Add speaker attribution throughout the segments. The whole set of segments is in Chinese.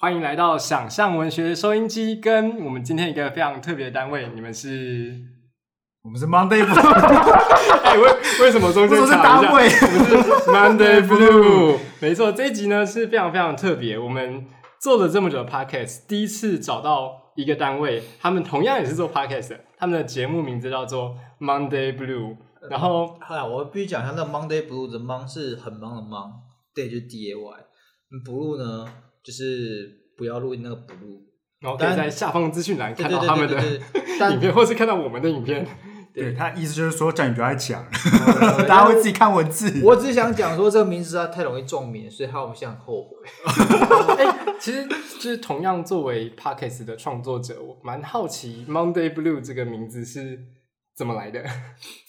Speaker 1: 欢迎来到想象文学收音机，跟我们今天一个非常特别的单位，你们是？
Speaker 2: 我们是 Monday Blue，
Speaker 1: 哎、为为什么中间
Speaker 2: 我说是
Speaker 1: 卡一下
Speaker 2: 单
Speaker 1: 我
Speaker 2: 位
Speaker 1: 们是 Monday Blue，没错，这一集呢是非常非常特别，我们做了这么久的 Podcast，第一次找到一个单位，他们同样也是做 Podcast 的，他们的节目名字叫做 Monday Blue，然后
Speaker 3: 嗨，我必须讲一下，那 Monday Blue 的 Mon 是很忙的忙，Day 就是 D A Y，嗯 Blue 呢就是不要录那个 Blue，
Speaker 1: 然后可以
Speaker 3: 但
Speaker 1: 在下方资讯栏
Speaker 3: 对
Speaker 1: 看
Speaker 3: 对
Speaker 1: 到
Speaker 3: 对
Speaker 1: 他们
Speaker 3: 对
Speaker 1: 的
Speaker 3: 对 对，
Speaker 1: 影
Speaker 3: 但
Speaker 1: 片，或是看到我们的影片。
Speaker 2: 对他意思就是说叫你不要再讲了，
Speaker 3: 呃
Speaker 2: 大家会自己看文字。
Speaker 3: 我只想讲说这个名字啊太容易撞名，所以害我现在很后悔。
Speaker 1: 哎、其实就是同样作为 Podcast 的创作者，我蛮好奇 Monday Blue 这个名字是怎么来的。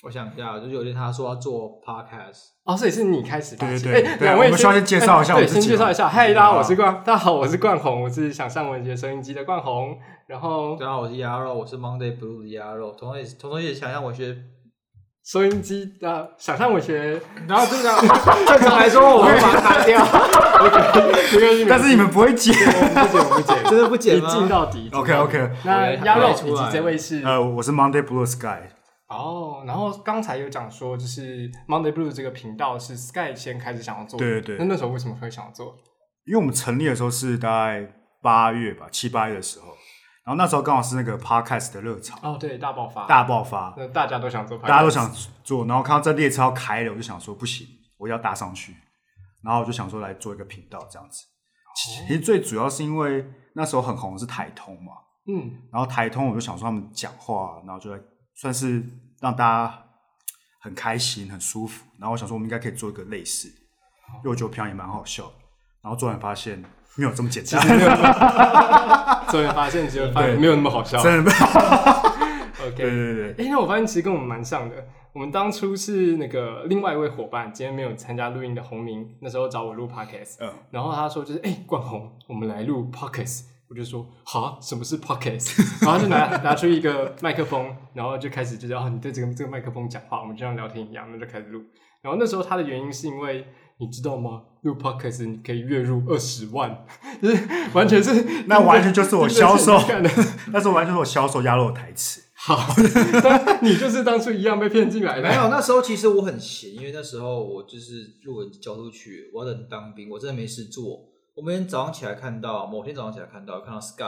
Speaker 3: 我想一下，就是有一天他说要做 Podcast，
Speaker 1: 哦，所以是你开始发起。
Speaker 2: 对对对
Speaker 1: 哎
Speaker 2: 对
Speaker 1: 两
Speaker 2: 我
Speaker 1: 位
Speaker 2: 们
Speaker 1: 先
Speaker 2: 需要先介绍一下
Speaker 1: 哎
Speaker 2: 我
Speaker 1: 对，
Speaker 2: 们自
Speaker 1: 先
Speaker 2: 己嗯
Speaker 1: 介绍
Speaker 2: 吧
Speaker 1: 一下。嗨，大家好，我是
Speaker 2: 好
Speaker 1: 冠，大家好，我是冠宏，我是想上文学收音机的冠宏。然后
Speaker 3: 大家啊好，我是鸭肉，我是 Monday Blue 的鸭肉，同时也同时也想让我学，
Speaker 1: 收音机的想上文 学，
Speaker 3: 然 后这个正常来说我会把它砍掉，
Speaker 1: 没关系，
Speaker 2: 但是你们不会剪。
Speaker 1: 我们不剪，我们不剪，
Speaker 3: 真的不剪
Speaker 1: 一
Speaker 3: 吗？
Speaker 1: 镜到底。 一镜
Speaker 2: OK
Speaker 1: 到底
Speaker 2: OK，
Speaker 1: 那
Speaker 3: 我也
Speaker 1: 鸭肉
Speaker 3: 我也出
Speaker 1: 以及
Speaker 3: 来
Speaker 1: 这位是
Speaker 2: 呃，我是 Monday Blue Sky，
Speaker 1: 哦，然后刚才有讲说，就是 Monday Blue 这个频道是 Sky 先开始想要做的，
Speaker 2: 对对对
Speaker 1: 那那时候为什么会想要做？
Speaker 2: 因为我们成立的时候是大概八月吧，七八月的时候，然后那时候刚好是那个 Podcast 的热潮
Speaker 1: 哦，对，大爆发，
Speaker 2: 大爆发，
Speaker 1: 那大家都想做，
Speaker 2: 大家都，想做，然后看到这列车要开了，我就想说不行，我要搭上去，然后我就想说来做一个频道这样子。其其实最主要是因为那时候很红的是台通嘛，
Speaker 1: 嗯，
Speaker 2: 然后台通我就想说他们讲话，然后就在算是让大家很开心、很舒服。然后我想说我们应该可以做一个类似，因为我觉得平常也蛮好笑的。然后做完发现没有这么简单，
Speaker 1: 终于发现，结果发现
Speaker 2: 对
Speaker 1: 没有那么好笑。
Speaker 2: 真的。 对
Speaker 1: OK，
Speaker 2: 对对对，
Speaker 1: 哎，那我发现其实跟我们蛮像的。我们当初是那个另外一位伙伴，今天没有参加录音的洪明，那时候找我录 Podcast，
Speaker 2: 嗯，
Speaker 1: 然后他说就是哎，冠宏，我们来录 podcast。我就说好，什么是 podcast？然后就拿拿出一个麦克风，然后就开始就是哦，你对这个这个麦克风讲话，我们就像聊天一样，那就开始录。然后那时候他的原因是因为你知道吗？录 podcast 你可以月入二十万，就是完全是
Speaker 2: 那完全就是我销售
Speaker 1: 真的是你干的
Speaker 2: 那时候完全是我销售压落的台词，
Speaker 1: 好， 但你就是当初一样被骗进来
Speaker 3: 没
Speaker 1: 的。
Speaker 3: 有，那时候其实我很闲，因为那时候我就是入文交出去，我要等当兵，我真的没事做。我每天早上起来看到，某天早上起来看到，看到 Sky，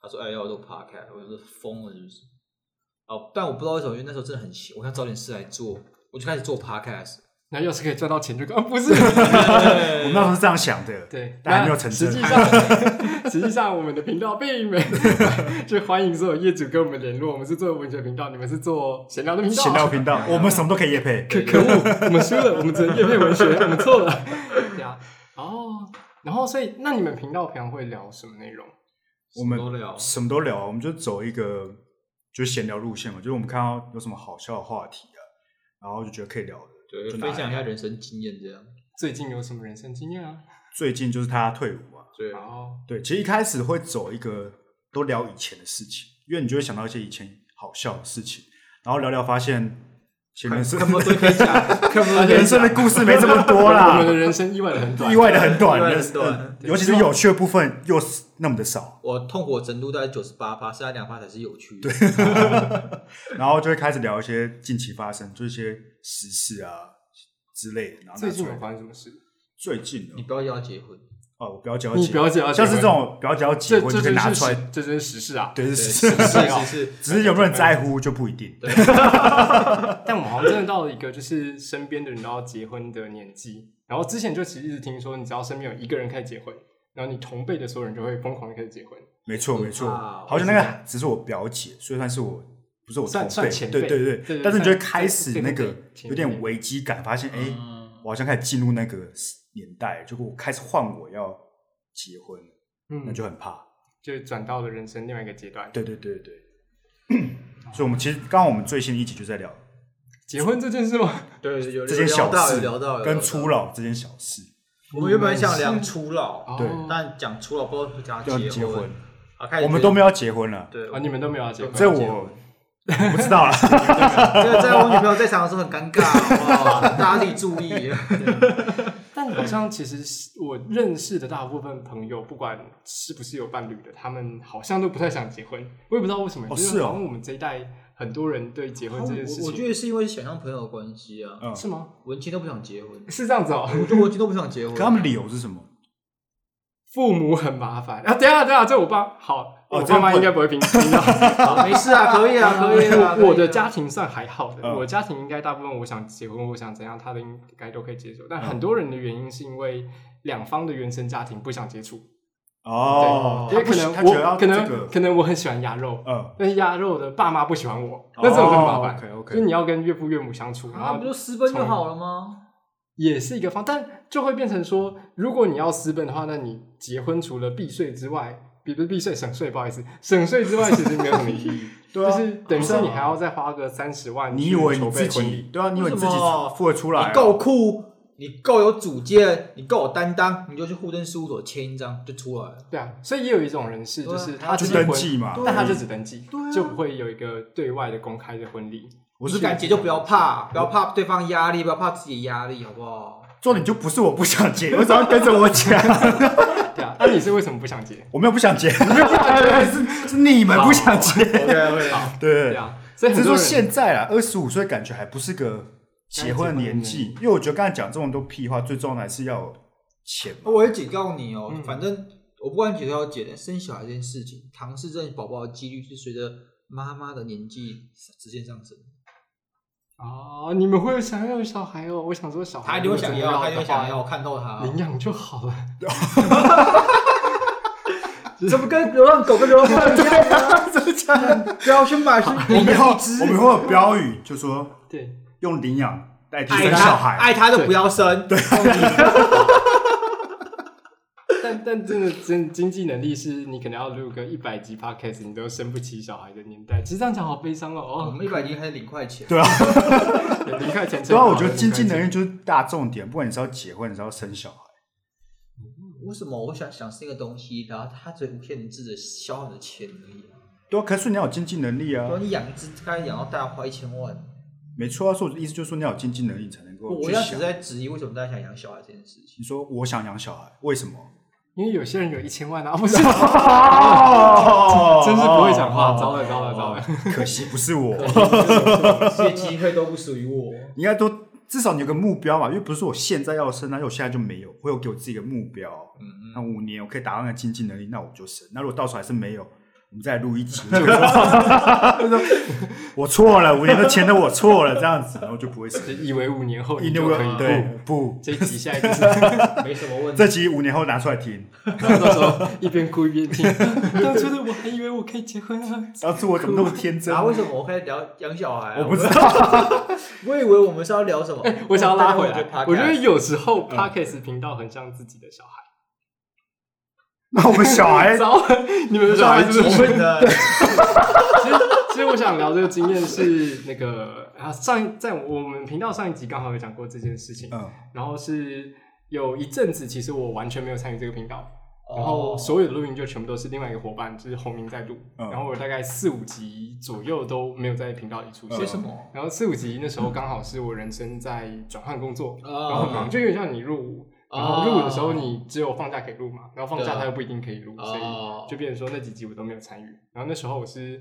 Speaker 3: 他说：“哎，要录 podcast。”我就是疯了，是不是？哦，但我不知道为什么，因为那时候真的很闲，我想找点事来做，我就开始做 podcast。
Speaker 1: 那要是可以赚到钱就更啊，不是。
Speaker 2: 我那时候是这样想的，
Speaker 1: 对，
Speaker 2: 但还没有
Speaker 1: 那
Speaker 2: 成
Speaker 1: 实
Speaker 2: 真
Speaker 1: 际。上， 实际上我们的频道并没，就欢迎所有业 主跟我们联络。我们是做文学频道，你们是做闲聊的频道。
Speaker 2: 闲聊频道，我们什么都可以夜配。
Speaker 1: 可可恶，我们输了，我们只能业配文学，我们错 了。对啊，哦，然后所以那你们频道平常会聊什么内容？
Speaker 2: 我们
Speaker 3: 什么都聊
Speaker 2: 什么都聊，我们就走一个就是闲聊路线嘛，就是我们看到有什么好笑的话题啊，然后就觉得可以聊的，哎
Speaker 3: 对，
Speaker 2: 就拿来
Speaker 3: 分享一下人生经验这样。
Speaker 1: 最近有什么人生经验啊？
Speaker 2: 最近就是他退伍啊，
Speaker 3: 对，
Speaker 1: 哦，
Speaker 2: 对，其实一开始会走一个都聊以前的事情，因为你就会想到一些以前好笑的事情，然后聊聊发现前面是
Speaker 3: 看不多可以讲，看不多可以
Speaker 2: 人
Speaker 3: 讲
Speaker 2: 生。的故事没这么多
Speaker 1: 我们的
Speaker 2: 啦，
Speaker 1: 人生意外的很短
Speaker 2: 意。外的很短，
Speaker 3: 意外得
Speaker 2: 人
Speaker 3: 很短
Speaker 2: 尤其是有趣的部分又是那么的少，
Speaker 3: 我痛苦的程度大概九十八趴，剩下两趴才是有趣的。对，
Speaker 2: 然后就会开始聊一些近期发生，就一些时事啊之类的，然后拿
Speaker 1: 最近
Speaker 2: 出
Speaker 1: 有
Speaker 2: 来。
Speaker 1: 发生什么事？
Speaker 2: 最近的
Speaker 3: 你不要要结婚，
Speaker 2: 哦，我表姐要
Speaker 1: 你
Speaker 2: 结
Speaker 1: 表姐要结
Speaker 2: 像
Speaker 1: 婚
Speaker 2: 是这种表姐要结
Speaker 1: 这
Speaker 2: 婚
Speaker 1: 这
Speaker 2: 就可
Speaker 1: 真
Speaker 2: 以拿
Speaker 1: 是
Speaker 2: 出
Speaker 1: 时
Speaker 2: 来，，
Speaker 1: 这真是时事啊。
Speaker 2: 对，是 是
Speaker 3: 对，是
Speaker 2: 是，
Speaker 3: 是是，
Speaker 2: 只是有没有人在乎就不一定。
Speaker 3: 对。
Speaker 1: 但我们好像真的到了一个就是身边的人都要结婚的年纪，然后之前就其实一直听说，你只要身边有一个人开始结婚，然后你同辈的所有人就会疯狂的开始结婚，
Speaker 2: 没错没错，
Speaker 1: 啊
Speaker 3: 哇
Speaker 2: 好像那个只是我表姐，所以算是我不是我
Speaker 1: 算
Speaker 2: 同辈
Speaker 1: 算前
Speaker 2: 对
Speaker 1: 辈
Speaker 2: 对
Speaker 1: 对对
Speaker 2: 但是你就会
Speaker 1: 算
Speaker 2: 开始
Speaker 1: 对
Speaker 2: 那
Speaker 1: 对
Speaker 2: 个
Speaker 1: 对前
Speaker 2: 有
Speaker 1: 辈
Speaker 2: 点危机感，发 现哎，
Speaker 3: 嗯
Speaker 2: 我好像开始进入那个年代，就我开始换我要结婚，那
Speaker 1: 嗯，
Speaker 2: 就很怕。
Speaker 1: 就转到了人生另外一个阶段。
Speaker 2: 对对对对。
Speaker 1: 嗯
Speaker 2: 所以，我们其实刚刚我们最新的一集就在聊
Speaker 1: 结婚这件事吗？
Speaker 3: 对，有有
Speaker 2: 这件
Speaker 3: 聊
Speaker 2: 小
Speaker 3: 到
Speaker 2: 事
Speaker 3: 有聊到，有
Speaker 2: 跟
Speaker 3: 聊
Speaker 2: 初
Speaker 3: 到
Speaker 2: 老这件小事
Speaker 3: 我们原本想聊初老，
Speaker 2: 对
Speaker 1: 哦
Speaker 3: 但讲初老不知道讲
Speaker 2: 要
Speaker 3: 结
Speaker 2: 结婚，
Speaker 3: 啊，开始
Speaker 2: 我们都没有要结婚了，
Speaker 3: 对
Speaker 1: 啊，你们都没有要结婚，
Speaker 2: 这
Speaker 3: 结
Speaker 2: 我
Speaker 3: 婚
Speaker 2: 不 知道了。
Speaker 3: 这个在我女朋友在场的时候很尴尬，好不好？大家自己注意。
Speaker 1: 但好像其实是我认识的大部分朋友，不管是不是有伴侣的，他们好像都不太想结婚。我也不知道为什么，就
Speaker 2: 哦
Speaker 1: 是
Speaker 2: 是哦
Speaker 1: 好像我们这一代很多人对结婚
Speaker 3: 我
Speaker 1: 这件事情，
Speaker 3: 我觉得是因为想让朋友的关系啊，
Speaker 2: 嗯，
Speaker 1: 是吗？
Speaker 3: 文青都不想结婚，
Speaker 1: 是这样子哦、
Speaker 3: 我觉得文青都不想结婚。
Speaker 2: 可他们理由是什么？
Speaker 1: 父母很麻烦啊！等一下等一下，这我爸好，
Speaker 2: 哦
Speaker 1: 我
Speaker 2: 这
Speaker 1: 爸
Speaker 2: 样
Speaker 1: 妈
Speaker 2: 不
Speaker 1: 应该不会听听 到。
Speaker 3: 好没事啊，可 以啊，可以啊。可以啊
Speaker 1: 我的家庭算还好的，
Speaker 2: 嗯
Speaker 1: 我家庭应该大部分我想结婚，我想怎样，他的应该都可以接受。
Speaker 2: 嗯
Speaker 1: 但很多人的原因是因为两方的原生家庭不想接触，
Speaker 2: 哦，
Speaker 1: 因为
Speaker 2: 他
Speaker 1: 可
Speaker 2: 不
Speaker 1: 能
Speaker 2: 他觉得
Speaker 1: 我
Speaker 2: 要
Speaker 1: 可
Speaker 2: 这
Speaker 1: 能
Speaker 2: 个
Speaker 1: 可能我很喜欢鸭肉，
Speaker 2: 嗯，
Speaker 1: 但是鸭肉的爸妈不喜欢
Speaker 2: 哦
Speaker 1: 我，那这种就很麻烦。
Speaker 2: OK
Speaker 1: 就是
Speaker 2: OK，
Speaker 1: 你要跟岳父岳母相处，然
Speaker 3: 啊，
Speaker 1: 后
Speaker 3: 不就私奔就好了吗？
Speaker 1: 也是一个方，但就会变成说，如果你要私奔的话，那你结婚除了避税之外，比不是避税省税，不好意思，省税之外其实没有什么意 义，
Speaker 2: 对啊
Speaker 1: 就是等于
Speaker 2: 不是啊
Speaker 1: 说你还要再花个三十万，
Speaker 2: 你以为你自？己对啊？你以为你自己
Speaker 3: 为什么
Speaker 2: 付得出来啊？
Speaker 3: 你够酷，你够有主见，你够有担当，你就去户政事务所签一张就出来了。
Speaker 1: 对啊，所以也有一种人是，
Speaker 3: 对啊
Speaker 1: 就是
Speaker 3: 他
Speaker 1: 他自
Speaker 2: 就
Speaker 1: 己
Speaker 2: 登
Speaker 1: 婚
Speaker 2: 记嘛
Speaker 1: 但他
Speaker 2: 对
Speaker 1: 就只登记，
Speaker 3: 对啊
Speaker 1: 就不会有一个对外的公开的婚礼。
Speaker 2: 我
Speaker 3: 你
Speaker 2: 是
Speaker 3: 敢结就不要怕，不要怕对方压力，不要怕自己压力，好不好？
Speaker 2: 重点就不是我不想结，为什么要跟着我讲？
Speaker 1: 对啊，那你是为什么不想结？
Speaker 2: 我没有不想结， 是是你们不想结，
Speaker 3: OK，
Speaker 1: 对
Speaker 2: 对。
Speaker 1: 啊，所以
Speaker 2: 只
Speaker 1: 很
Speaker 2: 是
Speaker 1: 多
Speaker 2: 说
Speaker 1: 人
Speaker 2: 现在啊，二十五岁感觉还不是个结婚的年纪，因为我觉得刚才讲这么多屁话，最重要的还是要有钱嘛。
Speaker 3: 我也警告你哦，
Speaker 1: 嗯
Speaker 3: 反正我不管几条姐的生小孩这件事情，唐氏症宝宝的几率是随着妈妈的年纪直线上升。
Speaker 1: 啊，你们会想要有小孩哦？我想说小孩，
Speaker 3: 他一定会想要，他一定会想要，我，看透他。哦
Speaker 1: 领养就好了。
Speaker 3: 这不跟流浪狗跟流浪猫一样吗？ 真的假的？不要去买去
Speaker 2: 我们以后
Speaker 3: 一只
Speaker 2: 我们以后有标语，就说
Speaker 1: 对，
Speaker 2: 用领养代替
Speaker 3: 爱
Speaker 2: 生
Speaker 3: 他
Speaker 2: 小孩。
Speaker 3: 爱他就不要生。对，
Speaker 1: 但但真的真经济能力是你可能要录个一百集 podcast，你都生不起小孩的年代。其实这样讲好悲伤哦。
Speaker 3: 我
Speaker 1: 哦，
Speaker 3: 们一百斤还是零块钱。
Speaker 2: 对啊，
Speaker 1: 零块钱，
Speaker 2: 对啊，我觉得经济能
Speaker 1: 力
Speaker 2: 力就是大重点，不管你是要结婚，你是要生小孩，
Speaker 3: 为什么我想想是一个东西，然后它只有无限制的消耗你的钱而已啊？
Speaker 2: 对啊，可是你要有经济能力啊
Speaker 3: 然，后你养一只，大概养到大花一千万。
Speaker 2: 没错啊。所以我的意思就是说，你要有经济能力，你才能够
Speaker 3: 我
Speaker 2: 去
Speaker 3: 现在只
Speaker 2: 想。
Speaker 3: 在质疑为什么大家想养小孩这件事情。
Speaker 2: 你说我想养小孩，为什么？
Speaker 1: 因为有些人有一千万啊，不 是？
Speaker 2: 哦
Speaker 1: 真是不会讲话，糟了糟了糟了！
Speaker 2: 可惜不是我，哦
Speaker 3: 这些机会都不属于我。
Speaker 2: 你应该都至少你有个目标嘛，因为不是说我现在要生，那我现在就没有，我有给我自己一个目标。
Speaker 3: 嗯
Speaker 2: 那五年我可以达到那个经济能力，那我就生。那如果到时候还是没有，我们再来录一集，就说就说我错了，五年的钱的我错了，这样子，然后就不会 生。
Speaker 1: 就以为五年后
Speaker 2: 一
Speaker 1: 你
Speaker 2: 六
Speaker 1: 就可
Speaker 2: 个
Speaker 1: 以
Speaker 2: 对
Speaker 1: 录
Speaker 2: 不，
Speaker 1: 这一集，下一 集，
Speaker 3: 嗯，没什么问题。
Speaker 2: 这集五年后拿出来听，
Speaker 1: 然后到时候一边哭一边听。 当初的我还以为我可以结婚啊，
Speaker 2: 当初我怎么那么天真
Speaker 3: 然？后为什么我开始聊养小孩、啊？
Speaker 2: 我不知道，
Speaker 3: 我以为我们是要聊什么？
Speaker 1: 哎我想要拉回来
Speaker 3: 但是，
Speaker 1: 我
Speaker 3: 我
Speaker 1: 觉
Speaker 3: 觉
Speaker 1: 得
Speaker 3: 得 podcast
Speaker 1: 有时候
Speaker 2: 嗯
Speaker 1: podcast 频道很像自己的小孩。
Speaker 2: 那我们小 孩
Speaker 1: 糟了，你们的小孩是不
Speaker 3: 我
Speaker 1: 是？
Speaker 3: 们的
Speaker 1: 其实， 其实我想聊这个经验是那个啊，上一在我们频道上一集刚好有讲过这件事情，
Speaker 2: 嗯
Speaker 1: 然后是有一阵子，其实我完全没有参与这个频道，
Speaker 3: 哦
Speaker 1: 然后所有的录音就全部都是另外一个伙伴，就是洪明在录，
Speaker 2: 嗯
Speaker 1: 然后我大概四五集左右都没有在频道里出现，
Speaker 3: 为什么？
Speaker 1: 然后四五集那时候刚好是我人生在转换工作，
Speaker 3: 啊
Speaker 1: 然后忙，就有点像你入伍，
Speaker 3: 啊
Speaker 1: 然后入伍的时候你只有放假可以录嘛，然后放假他又不一定可以录，
Speaker 3: 对啊
Speaker 1: 所以就变成说那几集我都没有参与。然后那时候我是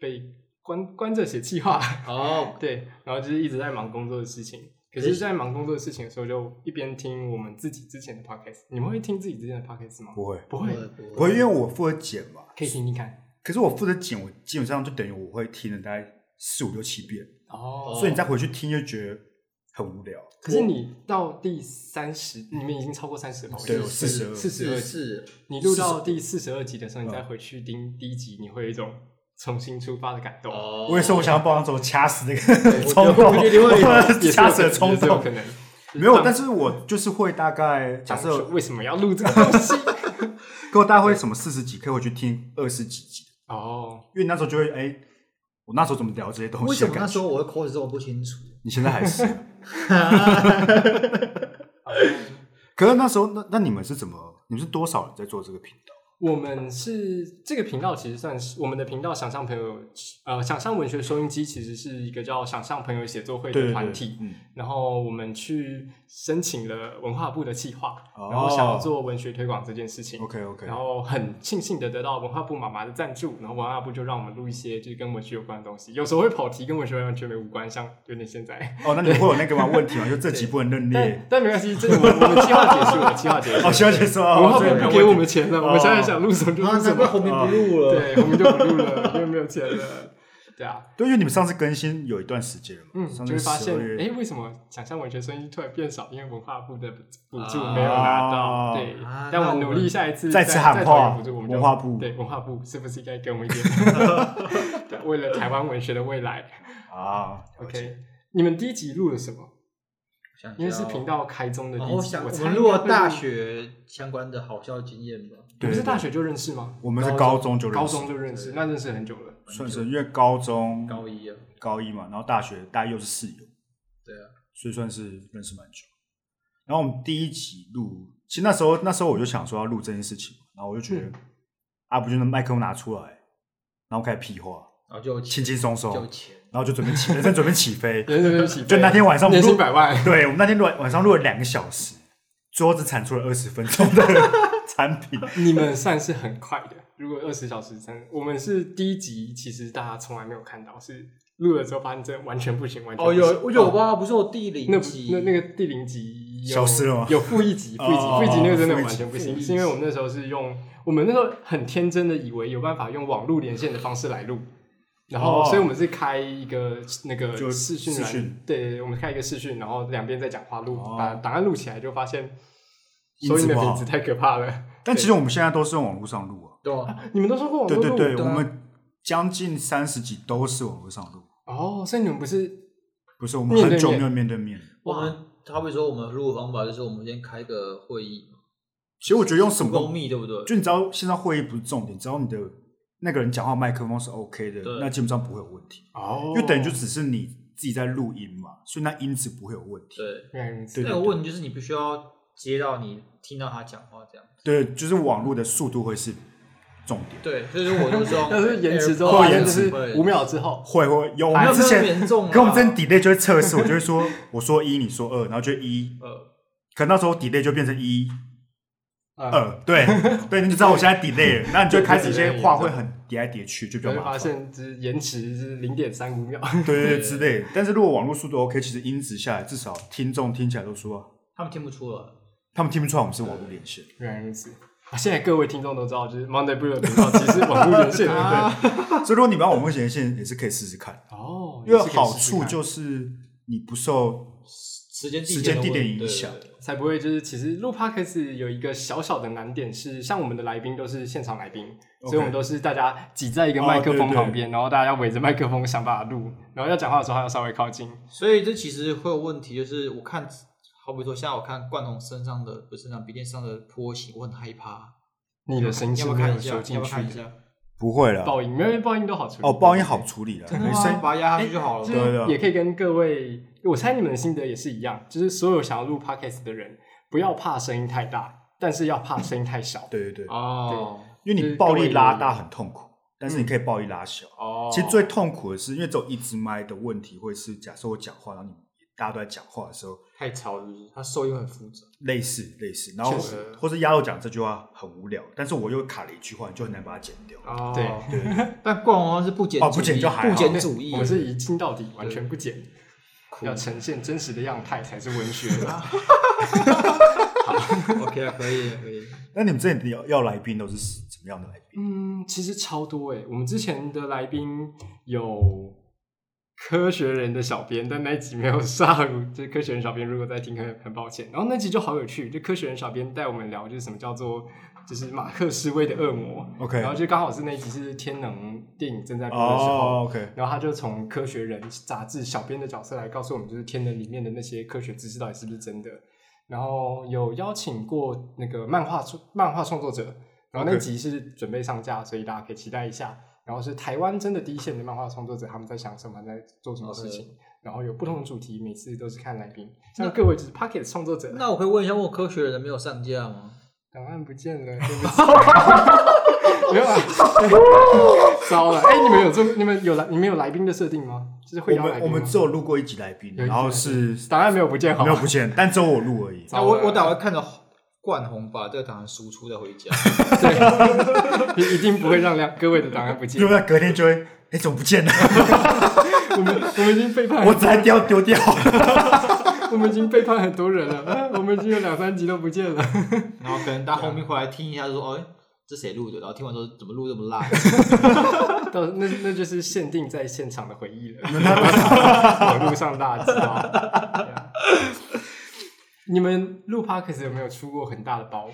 Speaker 1: 被关关着写计划，
Speaker 3: 哦，
Speaker 1: 对，然后就是一直在忙工作的事情。可是，在忙工作的事情的时候，就一边听我们自己之前的 podcast。你们会听自己之前的 podcast 吗？
Speaker 2: 不会，
Speaker 1: 不会，
Speaker 3: 不
Speaker 2: 不会，因为我负责剪嘛。
Speaker 1: 可以听听看。
Speaker 2: 可是我负责剪，我基本上就等于我会听了大概四五六七遍，
Speaker 1: 哦
Speaker 3: 哦
Speaker 2: 所以你再回去听就觉得很无聊。
Speaker 1: 可是你到第三十，你们已经超过三十
Speaker 3: 哦
Speaker 1: 了吧，
Speaker 2: 对
Speaker 1: 我
Speaker 2: 我
Speaker 1: 记得
Speaker 2: 42
Speaker 1: 四十二集。
Speaker 3: 是
Speaker 1: 你录到第四十二集的时候，你
Speaker 2: 嗯
Speaker 1: 再回去听第一集，你会有一种重新出发的感动。
Speaker 3: 哦，
Speaker 2: 我也说，我想要帮走掐死那 个冲
Speaker 1: 我
Speaker 2: 动，
Speaker 1: 觉得会
Speaker 2: 我
Speaker 1: 有
Speaker 2: 掐死的
Speaker 1: 也
Speaker 2: 冲
Speaker 1: 是有
Speaker 2: 动
Speaker 1: 可。能。
Speaker 2: 没有，但是我就是会大概假
Speaker 1: 假设
Speaker 2: 设，
Speaker 1: 为什么要录这个东 西？
Speaker 2: 给我大概会什么四十几，可以回去听二十几集，
Speaker 1: 哦，
Speaker 2: 因为那时候就会哎、我那时候怎么聊这些东
Speaker 3: 为
Speaker 2: 西
Speaker 3: 什
Speaker 2: 的
Speaker 3: 么那
Speaker 2: 感
Speaker 3: 时
Speaker 2: 觉？
Speaker 3: 候我的口齿这么不清楚？
Speaker 2: 你现在还 是？ 可是那时候，那那你们是怎么？你们是多少人在做这个频道？
Speaker 1: 我们是这个频道，其实算是我们的频道“想象朋友”呃，“想象文学收音机”其实是一个叫“想象朋友写作会”
Speaker 2: 对
Speaker 1: 的
Speaker 2: 对对
Speaker 1: 团体。
Speaker 2: 嗯，
Speaker 1: 然后我们去申请了文化部的企划，
Speaker 2: 哦
Speaker 1: 然后想要做文学推广这件事情。
Speaker 2: OK OK，
Speaker 1: 然后很庆幸的得到文化部妈妈的赞助，然后文化部就让我们录一些就是跟文学有关的东西，有时候会跑题，跟文学完全没无关，像有点现在，
Speaker 2: 哦，那你们会有那个吗？问题 吗？就这集不能认列
Speaker 1: 但。但没关系，这个我们我们计划结束了，计划结束了，
Speaker 2: 哦，希望结束啊！
Speaker 1: 文化
Speaker 2: 哦
Speaker 1: 部
Speaker 2: 这个没有
Speaker 1: 不给我
Speaker 2: 问题
Speaker 1: 们钱
Speaker 2: 哦
Speaker 1: 了，我们现在想录什
Speaker 3: 哦
Speaker 1: 么就
Speaker 3: 啊
Speaker 1: 录什么，
Speaker 3: 录
Speaker 1: 对，我们就不录了，因为没有钱了，对啊，
Speaker 2: 对，因为你们上次更新有一段时间了嘛，
Speaker 1: 嗯，
Speaker 2: 上
Speaker 1: 就会
Speaker 2: 次
Speaker 1: 发现
Speaker 2: 12，月
Speaker 1: 哎，为什么想象文学声音突然变少？因为文化部的补助
Speaker 3: 啊
Speaker 2: 哦
Speaker 1: 没有拿到。对
Speaker 3: 啊，
Speaker 1: 但我
Speaker 3: 那我们
Speaker 1: 努力下一次
Speaker 2: 再次喊
Speaker 1: 再讨
Speaker 2: 话
Speaker 1: 厌补助，我们就
Speaker 2: 文化部
Speaker 1: 对文化部是不是应该给我们一 点？对，为了台湾文学的未来。
Speaker 2: 啊
Speaker 1: OK，你们第一集录了什么？
Speaker 3: 想
Speaker 1: 因为是
Speaker 3: 要
Speaker 1: 频。道开宗的
Speaker 3: 然
Speaker 1: 第
Speaker 3: 后
Speaker 1: 一
Speaker 3: 啊哦我
Speaker 1: 集，
Speaker 3: 想，
Speaker 1: 我
Speaker 3: 我
Speaker 1: 猜
Speaker 3: 们
Speaker 1: 应该
Speaker 3: 如果
Speaker 1: 会
Speaker 3: 大
Speaker 1: 录，
Speaker 3: 学相关的好笑经验吧，
Speaker 1: 你
Speaker 2: 对
Speaker 1: 们是
Speaker 2: 对
Speaker 1: 大学就认识吗？
Speaker 2: 我们是高中就认识，
Speaker 1: 高中就认识，那认识很久了。
Speaker 2: 算是因为高中
Speaker 3: 高一啊，
Speaker 2: 高一嘛，然后大学大一又是室友，
Speaker 3: 对啊，
Speaker 2: 所以算是认识蛮久。然后我们第一集录，其实那时候那时候我就想说要录这件事情，然后我就觉得、
Speaker 1: 嗯
Speaker 2: 啊，不就那麦克风拿出来，然后开始屁话，
Speaker 3: 然后就
Speaker 2: 轻轻松松，
Speaker 3: 就钱，
Speaker 2: 然后就准备起，人生准备起飞。
Speaker 1: 人 生对不起，
Speaker 2: 就那天晚上我
Speaker 1: 年
Speaker 2: 们
Speaker 1: 薪
Speaker 2: 录
Speaker 1: 百万，
Speaker 2: 对，我们那天录晚上录了两个小时，最后只产出了二十分钟的产品。
Speaker 1: 你们算是很快的。如果二十小时真，我们是第一集，其实大家从来没有看到，是录了之后发现真的完全不行，完全
Speaker 3: 哦
Speaker 1: 不行
Speaker 3: 有我有吧，不是我第
Speaker 1: 那
Speaker 3: 零
Speaker 1: 不
Speaker 3: 集
Speaker 1: 那那个第零集有
Speaker 2: 消失了吗
Speaker 1: 有负一集，负一集，
Speaker 2: 哦
Speaker 1: 负一集那个真的
Speaker 2: 负一集
Speaker 1: 完全不
Speaker 3: 负
Speaker 1: 行，
Speaker 3: 一集
Speaker 1: 是因为我们那时候是用我们那时候很天真的以为有办法用网络连线的方式来录。然后，
Speaker 2: 哦
Speaker 1: 所以我们是开一个那个
Speaker 2: 就
Speaker 1: 视讯
Speaker 2: 视
Speaker 1: 栏
Speaker 2: 讯，
Speaker 1: 对对，对我们开一个视讯，然后两边在讲话录，
Speaker 2: 哦
Speaker 1: 把档案录起来，就发现
Speaker 2: 音
Speaker 1: 收音
Speaker 2: 质
Speaker 1: 的
Speaker 2: 不
Speaker 1: 品
Speaker 2: 好
Speaker 1: 质太可怕了。
Speaker 2: 但其实我们现在都是用网络上录啊，
Speaker 3: 对吧？
Speaker 1: 你们都说过网
Speaker 2: 对
Speaker 1: 络
Speaker 2: 对
Speaker 1: 录，
Speaker 2: 对，
Speaker 3: 对啊
Speaker 2: 我们将近三十集都是网络上录，
Speaker 1: 哦，所以你们不是
Speaker 2: 不是我们
Speaker 1: 面对
Speaker 2: 很久
Speaker 1: 面
Speaker 2: 没有面对面。
Speaker 3: 我们好比说我们录的方法就是我们先开个会议嘛，
Speaker 2: 其实我觉得用什么
Speaker 3: 公
Speaker 2: 都，
Speaker 3: 密对不对？
Speaker 2: 就你知道线上会议不是重点，只要你的那个人讲话麦克风是 OK 的
Speaker 3: 对，
Speaker 2: 那基本上不会有问题，
Speaker 1: 哦
Speaker 2: 因为等于就只是你自己在录音嘛，所以那音质不会有问题。
Speaker 3: 对，
Speaker 1: 原来如此，
Speaker 2: 对
Speaker 3: 那个问题就是你必须要接到你听到他讲话这样。
Speaker 2: 对，就是网络的速度会是重点。
Speaker 3: 对，所以说我就说 哎
Speaker 1: 但是延迟之后，
Speaker 2: 会
Speaker 1: 发
Speaker 2: 延
Speaker 1: 现
Speaker 2: 迟
Speaker 1: 就是
Speaker 3: 会
Speaker 1: 五秒之后，
Speaker 2: 会会有，我
Speaker 3: 没
Speaker 2: 们
Speaker 3: 有
Speaker 2: 之
Speaker 3: 这么
Speaker 2: 前
Speaker 3: 严重啊，
Speaker 2: 跟我们真 delay 就会测试，我就会说，我说一，你说二，然后就一，
Speaker 3: 呃，
Speaker 2: 可那时候 delay 就变成一
Speaker 1: 呃，
Speaker 2: 二， 对对，你就知道我现在 delay 了，那你就开始一些话会
Speaker 1: 对
Speaker 2: 很叠来叠去，就比
Speaker 1: 就
Speaker 2: 较
Speaker 1: 会发
Speaker 2: 麻烦，
Speaker 1: 现就是延迟是零点三五秒，
Speaker 2: 对对对之类的。但是如果网络速度 OK，其实音质下来，至少听众听起来都说，
Speaker 3: 他们听不出来。
Speaker 2: 他们听不出来我们是网络连线。
Speaker 1: 原来如此。啊现在各位听众都知道，就是 Monday Blue 的频道其实是网络连线，对不
Speaker 2: 啊
Speaker 1: 对？
Speaker 2: 所以如果你把网络连线也是可以试试看，
Speaker 1: 哦，
Speaker 2: 因为
Speaker 1: 啊也是可以
Speaker 2: 好
Speaker 1: 试试
Speaker 2: 处
Speaker 1: 看
Speaker 2: 就是你不受，
Speaker 3: 时间
Speaker 2: 时间
Speaker 3: 地
Speaker 2: 地
Speaker 3: 点的
Speaker 2: 点
Speaker 3: 问
Speaker 2: 影响
Speaker 3: 对对对
Speaker 1: 才不会就是其实录 Podcast 有一个小小的难点是，像我们的来宾都是现场来宾，所以我们都是大家挤在一个
Speaker 2: 哦
Speaker 1: 麦克风
Speaker 2: 对对
Speaker 1: 旁边，然后大家要围着麦克风想办法录，然后要讲话的时候还要稍微靠近。
Speaker 3: 所以这其实会有问题，就是我看，好比说，像我看冠宏身上的不是身上鼻垫上的波形，我很害怕。
Speaker 1: 你的声音
Speaker 3: 要
Speaker 1: 是
Speaker 3: 不要
Speaker 1: 没
Speaker 3: 看
Speaker 1: 有
Speaker 3: 一下？
Speaker 1: 收
Speaker 3: 要
Speaker 1: 进
Speaker 3: 不要看
Speaker 1: 去
Speaker 3: 一
Speaker 1: 的，
Speaker 3: 下？
Speaker 2: 不会了。
Speaker 1: 爆音没有爆音都好处理
Speaker 2: 哦，爆音好处理了，
Speaker 1: 的
Speaker 2: 没
Speaker 1: 吗
Speaker 2: 声
Speaker 3: 哇把它压下去就好了
Speaker 1: 就
Speaker 3: 嘛。
Speaker 2: 对啊
Speaker 1: 是也可以跟各位，我猜你们的心得也是一样，就是所有想要录 podcast 的人，不要怕声音太大，但是要怕声音太小。
Speaker 2: 对对对，
Speaker 3: 哦
Speaker 2: 因为
Speaker 1: 就
Speaker 2: 你
Speaker 1: 是
Speaker 2: 暴力
Speaker 1: 啊各位
Speaker 2: 拉
Speaker 1: 有嗯
Speaker 2: 大很痛苦，但是你可以暴力拉小。
Speaker 3: 哦，
Speaker 2: 其实最痛苦的是，因为只有一支麦的问题，会是假设我讲话，然后你大家都在讲话的时候，
Speaker 3: 太吵了，就是它收音很复杂。
Speaker 2: 类似类似，然后
Speaker 1: 确实
Speaker 2: 或是鸭肉讲这句话很无聊，但是我又卡了一句话，你就很难把它剪掉。
Speaker 3: 哦
Speaker 1: 对
Speaker 2: 对，
Speaker 3: 但冠宏是不剪主义
Speaker 2: 哦不剪就还好
Speaker 3: 不剪主义，
Speaker 1: 我们是一镜到底，完全不剪，
Speaker 3: 酷
Speaker 1: 要呈现真实的样态才是文 学。
Speaker 3: OK 啊，可以可以。
Speaker 2: 那你们这里要要来宾都是什么样的来宾？
Speaker 1: 嗯，其实超多诶，我们之前的来宾有。科学人的小编，但那一集没有上。 就是科学人小编，如果在听，很很抱歉。然后那集就好有趣，就科学人小编带我们聊，就是什么叫做，就是马克思威的恶魔。
Speaker 2: OK
Speaker 1: 然后就刚好是那一集是天能电影正在播的时候，
Speaker 2: 哦，OK，
Speaker 1: 然后他就从科学人杂志小编的角色来告诉我们，就是天能里面的那些科学知识到底是不是真的。然后有邀请过那个漫画创漫画创作者，然后那
Speaker 2: OK
Speaker 1: 集是准备上架，所以大家可以期待一下。然后是台湾真的第一线的漫画创作者，他们在想什么，在做什么事
Speaker 2: 呃
Speaker 1: 情。然后有不同的主题，每次都是看来宾。像各位就是 Pocket 创作者，
Speaker 3: 那我可以问一下，问我科学人没有上架吗？
Speaker 1: 档案不见了，对不起。 没有啦，糟了！哎、你们有做，你们有来，你们有来宾的设定吗？就是会
Speaker 2: 我
Speaker 1: 邀来宾
Speaker 2: 们
Speaker 1: 吗
Speaker 2: 我们只有录过一集来宾，
Speaker 1: 有一集
Speaker 2: 然后
Speaker 1: 来宾
Speaker 2: 是
Speaker 1: 档案没有不见好
Speaker 2: 没
Speaker 1: 吗，
Speaker 2: 有不见，但只有我录而已。
Speaker 1: 糟
Speaker 3: 那
Speaker 1: 了
Speaker 3: 我我打完看着冠宏把这个档案输出再回家，
Speaker 1: 一一定不会让两各位的档案不见
Speaker 2: 因。为隔天就会，哎，怎么不见了？
Speaker 1: 我们我们已经背叛
Speaker 2: 我
Speaker 1: 很，
Speaker 2: 只还丢丢掉。
Speaker 1: 我们已经背叛很多人了，啊我们已经有两三集都不见了。
Speaker 3: 然后可能大家后面回来听一下，就说：“哎，这谁录的？”然后听完之后怎么录这么烂？
Speaker 1: 到那那就是限定在现场的回忆了，我路上大家知道。对啊你们录 podcast 有没有出过很大的包？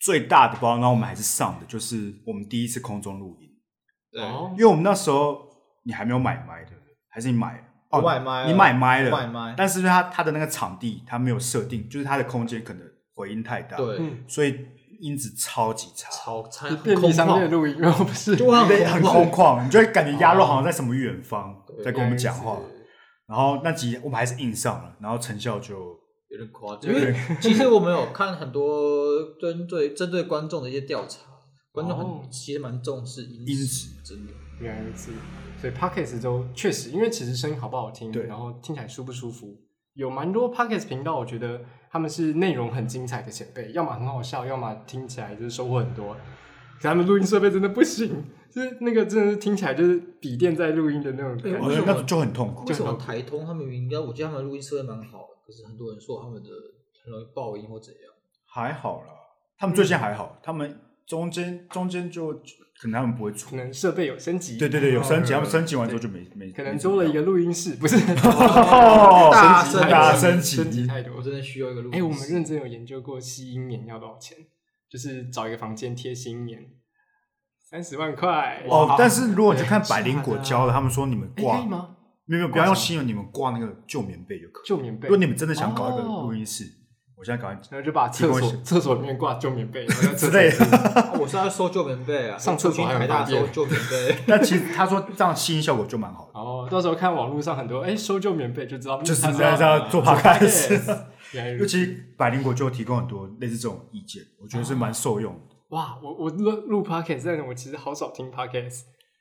Speaker 2: 最大的包，然后我们还是上的，就是我们第一次空中录音，
Speaker 3: 对，
Speaker 1: 哦
Speaker 2: 因为我们那时候你还没有买麦，对不对？还是你买了？哦，
Speaker 3: 我买麦了
Speaker 2: 你买麦了，
Speaker 3: 我买麦
Speaker 2: 但是它它的那个场地它没有设定，就是它的空间可能回音太大，，
Speaker 3: 对，
Speaker 1: 嗯，
Speaker 2: 所以音质超级差，
Speaker 3: 超差，
Speaker 1: 你
Speaker 3: 很
Speaker 1: 便
Speaker 3: 空
Speaker 1: 利商
Speaker 3: 旷
Speaker 1: 店的，录音，然后不是
Speaker 3: 对啊
Speaker 2: 对，很
Speaker 3: 空
Speaker 2: 空旷，你就会感觉鸭肉好像在什么远方
Speaker 3: 对
Speaker 2: 在跟我们讲
Speaker 1: 原
Speaker 2: 话
Speaker 1: 来如。
Speaker 2: 然后那集我们还是硬上了，然后成效就
Speaker 3: 有点夸张。因为其实我们有看很多针对针对观众的一些调查，观众
Speaker 1: 哦
Speaker 3: 很其实蛮重视音
Speaker 2: 音
Speaker 3: 质，真的。
Speaker 1: 原来如此，所以 podcast 都确实，因为其实声音好不好听，
Speaker 2: 对
Speaker 1: 然后听起来舒不舒服，有蛮多 podcast 频道，我觉得他们是内容很精彩的前辈，要么很好笑，要么听起来就是收获很多。可他们录音设备真的不行，就是那个真的是听起来就是笔电在录音的那种感
Speaker 3: 对
Speaker 1: 觉
Speaker 3: 我。
Speaker 2: 哦那就很痛苦
Speaker 3: 为。什么
Speaker 1: 就
Speaker 3: 台通他们应该，我觉得他们录音设备蛮好的，可是很多人说他们的呃很容易爆音或怎样。
Speaker 2: 还好啦，他们最近还
Speaker 1: 嗯
Speaker 2: 好，他们中间中间就可能他们不会出
Speaker 1: 可，能设备有升级，
Speaker 2: 对对对，有升级，
Speaker 1: 哦
Speaker 2: 他们升级完之后就没没，
Speaker 1: 可能
Speaker 2: 没
Speaker 1: 多了一个录音室，不是
Speaker 2: 哦，
Speaker 3: 大
Speaker 2: 升级
Speaker 3: 升
Speaker 2: 大
Speaker 3: 级
Speaker 2: 升
Speaker 1: 升级
Speaker 2: 级，
Speaker 1: 太多。
Speaker 3: 我真的需要一个录音
Speaker 1: 哎、
Speaker 3: 室。
Speaker 1: 我们 认真有研究过吸音棉要多少钱，就是找一个房间贴吸音棉，三十万块
Speaker 2: 哦
Speaker 1: 哇，
Speaker 2: 但是如果你去看
Speaker 3: 对
Speaker 2: 百灵果教的，他们说你们
Speaker 1: 哎、
Speaker 2: 挂
Speaker 1: 可以，吗？
Speaker 2: 没有没有，不要用新闻，你们挂那个旧棉被就可以。
Speaker 1: 旧棉被，
Speaker 2: 如果你们真的想搞一个
Speaker 1: 哦
Speaker 2: 录音室，我现在搞
Speaker 1: 然后就把厕
Speaker 2: 提供
Speaker 1: 所
Speaker 2: 一些
Speaker 1: 厕所里面挂旧棉被，然后在厕所
Speaker 2: 之类的，。
Speaker 3: 啊我是要收旧棉被啊，
Speaker 1: 上厕所还有
Speaker 3: 台大
Speaker 1: 大便
Speaker 3: 收旧棉被
Speaker 2: 但其实他说这样吸音效果就蛮好 的，
Speaker 1: 然后到时候看网络上很多哎、收旧棉被就知道，
Speaker 2: 就是
Speaker 1: 他
Speaker 2: 这样这样做 p 开 始。
Speaker 1: Podcast 原来如
Speaker 2: 尤
Speaker 1: 此
Speaker 2: 其百灵果就提供很多类似这种意见，我觉得是蛮受用的。
Speaker 1: 哇，我我录录 podcast，但是我其实好少听 podcast，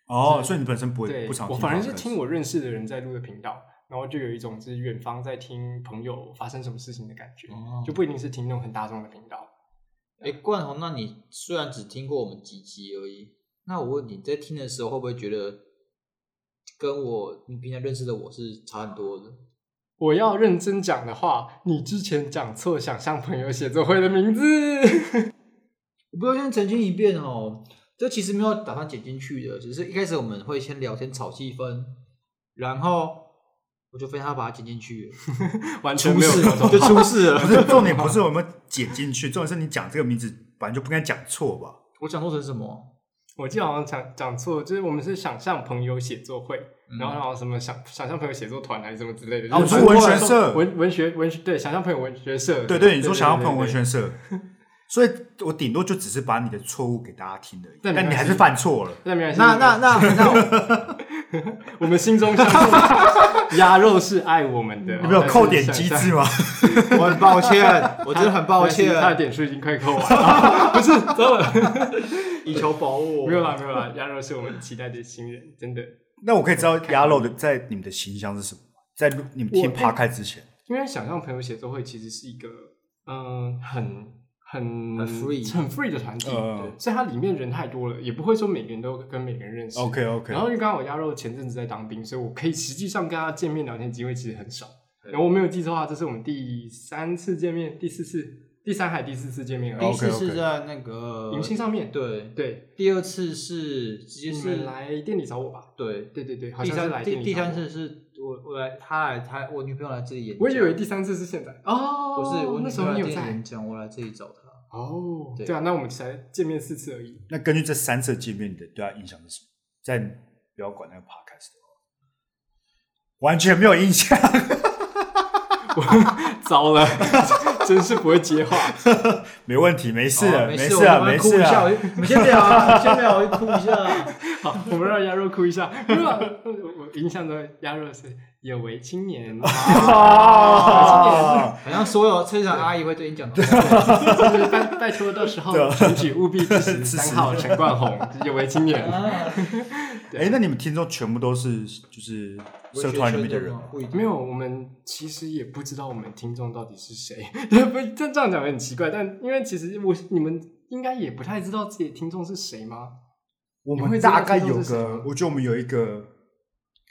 Speaker 2: 哦，所以你本身不会
Speaker 1: 对
Speaker 2: 不常，
Speaker 1: 我
Speaker 2: 听，
Speaker 1: 反而是听。我认识的人在录的频道，然后就有一种就是远方在听朋友发生什么事情的感觉，
Speaker 3: 哦
Speaker 2: 嗯
Speaker 1: 就不一定是听那种很大众的频道。
Speaker 3: 哎，冠宏，那你虽然只听过我们几集而已，那我问你在听的时候会不会觉得跟我你平常认识的我是差很多的？
Speaker 1: 我要认真讲的话，你之前讲错想象朋友写作会的名 字。
Speaker 3: 我不要先澄清一遍哦，这其实没有打算剪进去的，只是一开始我们会先聊天炒气氛，然后我就发现他把它剪进去了，
Speaker 1: 完全
Speaker 3: 出
Speaker 1: 没有
Speaker 3: 事
Speaker 1: 沟
Speaker 3: 了
Speaker 1: 通
Speaker 3: 就出事
Speaker 2: 不
Speaker 3: 了。
Speaker 2: 是重点，不是有没有剪进去，重点是你讲这个名字本来就不该讲错吧？
Speaker 3: 我讲错成什么？
Speaker 1: 我记得好像讲讲错，就是我们是想象朋友写作会，
Speaker 3: 嗯
Speaker 1: 然后好像什么想想象朋友写作团还是什么之类的，
Speaker 2: 然后
Speaker 1: 就是
Speaker 2: 出哦文学社，
Speaker 1: 文文学文学对想象朋友文学社，
Speaker 2: 对对，你说想要碰文，
Speaker 1: 对对
Speaker 2: 宣社， 所以我顶多就只是把你的错误给大家听而已，
Speaker 1: 但
Speaker 2: 但你
Speaker 1: 没关系
Speaker 2: 还是犯错了。
Speaker 1: 那没关系，
Speaker 3: 那那那那，
Speaker 1: 我们心中相信鸭肉是爱我们的，
Speaker 2: 有没有
Speaker 1: 但是
Speaker 2: 扣点机
Speaker 1: 想
Speaker 2: 制吗？
Speaker 3: 我很抱歉，我真的很抱
Speaker 1: 但
Speaker 3: 歉
Speaker 1: 是，他的点数已经快扣完了， 不是，糟了，
Speaker 3: 以求保我。
Speaker 1: 没有啦，没有啦，鸭 肉是我们期待的新人，真的。
Speaker 2: 那我可以知道鸭肉的在你们的形象是什么吗？在录你们听
Speaker 1: 我
Speaker 2: p 开之前，
Speaker 1: 因为想象朋友写作会其实是一个嗯、很很
Speaker 3: 很 free
Speaker 1: 很 free 的团体，
Speaker 2: 嗯
Speaker 1: 对所以它里面人太多了，也不会说每个人都跟每个人认识。
Speaker 2: OK OK，
Speaker 1: 然后因为刚好我鸭肉前阵子在当兵，所以我可以实际上跟他见面聊天机会其实很少。然后我没有记错的话，这是我们第三次见面，第四次，第三还第四次见面而
Speaker 3: 第一
Speaker 1: 已。
Speaker 3: 次
Speaker 2: OK，OK
Speaker 3: 是在那个
Speaker 1: 迎新上面，
Speaker 3: 对，
Speaker 1: 对，
Speaker 3: 第二次是直接
Speaker 1: 你
Speaker 3: 是
Speaker 1: 们来店里找我吧。
Speaker 3: 对，
Speaker 1: 对对对，好
Speaker 3: 第
Speaker 1: 像是来
Speaker 3: 三
Speaker 1: 店
Speaker 3: 第
Speaker 1: 里
Speaker 3: 第
Speaker 1: 找我
Speaker 3: 三，次是我我来他来他我女朋友来这里演讲，
Speaker 1: 我以为第三次是现在哦，
Speaker 3: 不是我
Speaker 1: 那
Speaker 3: 女
Speaker 1: 时
Speaker 3: 朋友
Speaker 1: 候你有
Speaker 3: 来这里演
Speaker 1: 在
Speaker 3: 讲，我来这里找她。
Speaker 1: 哦，
Speaker 3: 对
Speaker 1: 对啊，那我们才见面四次而已。
Speaker 2: 那根据这三次见面，你的对他印象是什么？在不要管那个 podcast 的话完全没有印象。
Speaker 1: 糟了， 真是不会接话。
Speaker 2: 没问题，没事
Speaker 3: 好
Speaker 2: 的，
Speaker 3: 啊没
Speaker 2: 没事啊，
Speaker 3: 我们
Speaker 2: 没
Speaker 3: 哭
Speaker 2: 事
Speaker 3: 一下，
Speaker 2: 啊
Speaker 3: 我，就我们先聊啊，先聊，我就哭一下。
Speaker 1: 好， 我们让鸭肉哭一下。 没有啊我我印象中鸭肉是有为青 年，
Speaker 2: 啊，
Speaker 3: 好像所有车长阿姨会对你讲的话，
Speaker 1: 就是拜拜托，到时候
Speaker 2: 对啊
Speaker 1: 选举务必支 持三号陈冠宏，有为青 年。
Speaker 3: 啊
Speaker 2: 哎，那你们听众全部都是就是社团里面的人吗，
Speaker 3: 不一定
Speaker 1: 没有，我们其实也不知道我们听众到底是谁， 不，这这样讲很奇怪。但因为其实我你们应该也不太知道自己的听众是谁吗？
Speaker 2: 我
Speaker 1: 你会
Speaker 2: 们
Speaker 1: 知道
Speaker 2: 大概
Speaker 1: 听
Speaker 2: 有
Speaker 1: 众是谁
Speaker 2: 个
Speaker 1: 吗，
Speaker 2: 我觉得我们有一个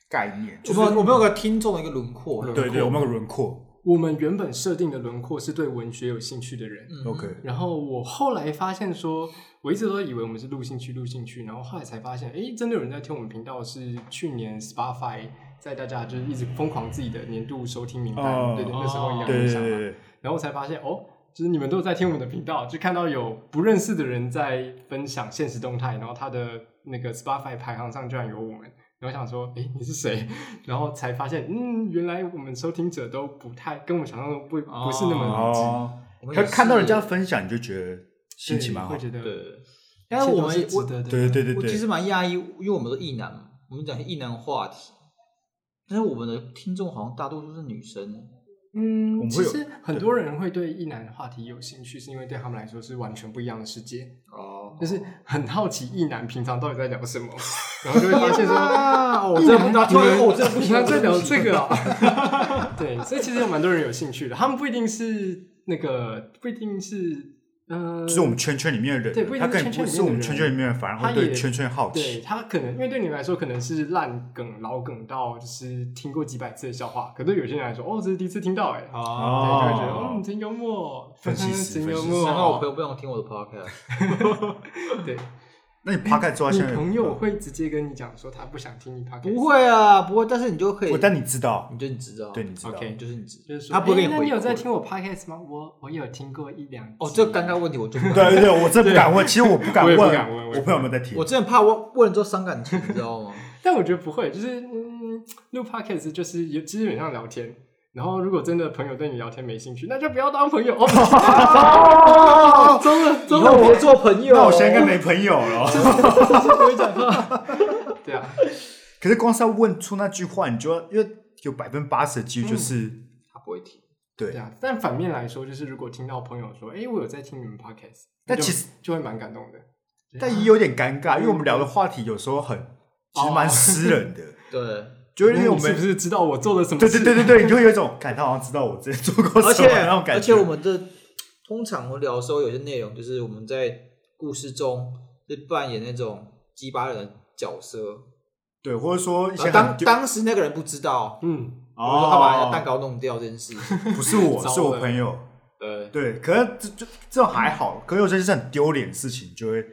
Speaker 2: 概念，
Speaker 3: 我
Speaker 2: 就是
Speaker 3: 们有我们有个听众的一个轮廓，
Speaker 1: 轮
Speaker 2: 对对，
Speaker 1: 廓
Speaker 2: 我们有个轮廓
Speaker 1: 我们原本设定的轮廓是对文学有兴趣的人，
Speaker 3: 嗯
Speaker 2: ，OK，
Speaker 1: 然后我后来发现说，我一直都以为我们是录进去录进去，然后后来才发现，诶，真的有人在听我们频道。是去年 Spotify 在大家就是一直疯狂自己的年度收听名单，
Speaker 2: 哦
Speaker 1: 对对，那时候一
Speaker 3: 哦
Speaker 1: 样
Speaker 2: 对
Speaker 1: 影
Speaker 2: 对
Speaker 1: 响嘛
Speaker 2: 对对，
Speaker 1: 然后才发现哦，就是你们都在听我们的频道，就看到有不认识的人在分享现实动态，然后他的那个 Spotify 排行上居然有我们，然后想说，诶，你是谁？然后才发现，嗯，原来我们收听者都不太跟我们想象中不不是那
Speaker 2: 对
Speaker 1: 么一致，
Speaker 2: 哦，
Speaker 3: 我们
Speaker 2: 他
Speaker 3: 也
Speaker 2: 看到人家
Speaker 3: 是
Speaker 2: 分享，你就觉得心情蛮好
Speaker 1: 会，觉得，
Speaker 3: 对，
Speaker 1: 但
Speaker 3: 但是我们
Speaker 1: 是值
Speaker 3: 我
Speaker 1: 得的，
Speaker 2: 对对对
Speaker 3: 我其实
Speaker 2: 对，
Speaker 3: 蛮讶异，因为我们都异男嘛，我们讲一些异男话题，但是我们的听众好像大多数是女生，
Speaker 1: 嗯，
Speaker 2: 我们
Speaker 1: 其
Speaker 2: 会有
Speaker 1: 实很多人会对异男的话题有兴趣，是因为对他们来说是完全不一样的世界，
Speaker 3: 哦
Speaker 1: 就是很好奇异男平常到底在聊什么， 然后就会发现说。
Speaker 3: 啊，我真的不知道，突然哦我真的不喜
Speaker 1: 喜欢
Speaker 3: 欢
Speaker 1: 在聊这个啊。 对，所以其实有蛮多人有兴趣的，他们不一定是那个，不一定是嗯，呃
Speaker 2: 就是我们圈圈里面的
Speaker 1: 对不一
Speaker 2: 人，他
Speaker 1: 定是
Speaker 2: 可能不是
Speaker 1: 圈圈里面的人
Speaker 2: 我们圈圈里面的人，反而
Speaker 1: 他
Speaker 2: 会
Speaker 1: 也
Speaker 2: 对圈圈好
Speaker 1: 对
Speaker 2: 奇，
Speaker 1: 他可能因为对你来说可能是烂梗、老梗到就是听过几百次的笑话，可对有些人来说，哦，这是第一次听到哎。对，
Speaker 2: 哦
Speaker 1: 就会觉得哦，你真幽默，
Speaker 2: 分析师
Speaker 1: 真幽
Speaker 2: 分析师
Speaker 1: 默。
Speaker 3: 然后我朋友不想听我的 podcast，
Speaker 1: 对，
Speaker 2: 那你 p 开之后，
Speaker 1: 你
Speaker 2: 现在有嗯
Speaker 1: 朋友会直接跟你讲说他不想听你 p o d
Speaker 3: 不，会啊，不会，但是你就可以
Speaker 2: 我，但你知道，
Speaker 3: 你就你知道，
Speaker 2: 对，你知道
Speaker 1: OK
Speaker 3: 你就是你知道，
Speaker 1: 就是说
Speaker 3: 他不会给
Speaker 1: 哎
Speaker 3: 你
Speaker 1: 那
Speaker 3: 回
Speaker 1: 你有
Speaker 3: 馈
Speaker 1: 在听我 podcast 吗？我我有听过一两集。
Speaker 3: 哦，这个尴尬问题我就不敢
Speaker 2: 对对对，我真不敢问，其实我不敢
Speaker 1: 我也
Speaker 2: 问，
Speaker 1: 不敢问我也
Speaker 2: 我
Speaker 1: 不
Speaker 2: 朋友们在听
Speaker 3: 我，真的怕问问了之后伤感情，你 知道吗？
Speaker 1: 但我觉得不会，就是嗯，录 podcast 就是有基本上聊天。然后，如果真的朋友对你聊天没兴趣，那就不要当朋友。哦，中了，
Speaker 3: 以
Speaker 1: 中了，
Speaker 3: 后别做朋友。
Speaker 2: 那我现在 应该没朋友了。
Speaker 1: 直接不会讲话。 对啊，
Speaker 2: 可是光是要问出那句话，你就要因为有百分之八十的几率就是
Speaker 3: 他不会听，
Speaker 2: 对
Speaker 1: 嗯对，啊。但反面来说，就是如果听到朋友说：“哎，我有在听你们 podcast”，
Speaker 2: 但
Speaker 1: 就
Speaker 2: 其实
Speaker 1: 就会蛮感动的。
Speaker 2: 但也有点尴尬，因为我们聊的话题有时候很其实蛮
Speaker 3: 哦
Speaker 2: 私人的，
Speaker 3: 对，
Speaker 2: 就是因为我
Speaker 1: 你是不
Speaker 2: 们
Speaker 1: 是知道我做了什么
Speaker 2: 对
Speaker 1: 事？
Speaker 2: 对对对对，你就会有一种感他好像知道我之前做 过
Speaker 3: 而
Speaker 2: 什
Speaker 3: 且
Speaker 2: 么那种感
Speaker 3: 而且
Speaker 2: 觉。
Speaker 3: 我们的通常我聊的时候，有些内容就是我们在故事中是扮演那种鸡巴人的角色，
Speaker 2: 对，或者说一
Speaker 3: 然后
Speaker 2: 些
Speaker 3: 呃当
Speaker 2: 很就
Speaker 3: 当时那个人不知道，
Speaker 1: 嗯，
Speaker 3: 我说他把人家蛋
Speaker 2: 哦，
Speaker 3: 糕弄掉这件事情，
Speaker 2: 不是 我，
Speaker 1: 糟
Speaker 2: 是我
Speaker 1: 了
Speaker 2: 朋友。
Speaker 3: 对，
Speaker 2: 对，可是这这这种还好，可是有些是很丢脸的事情，就会，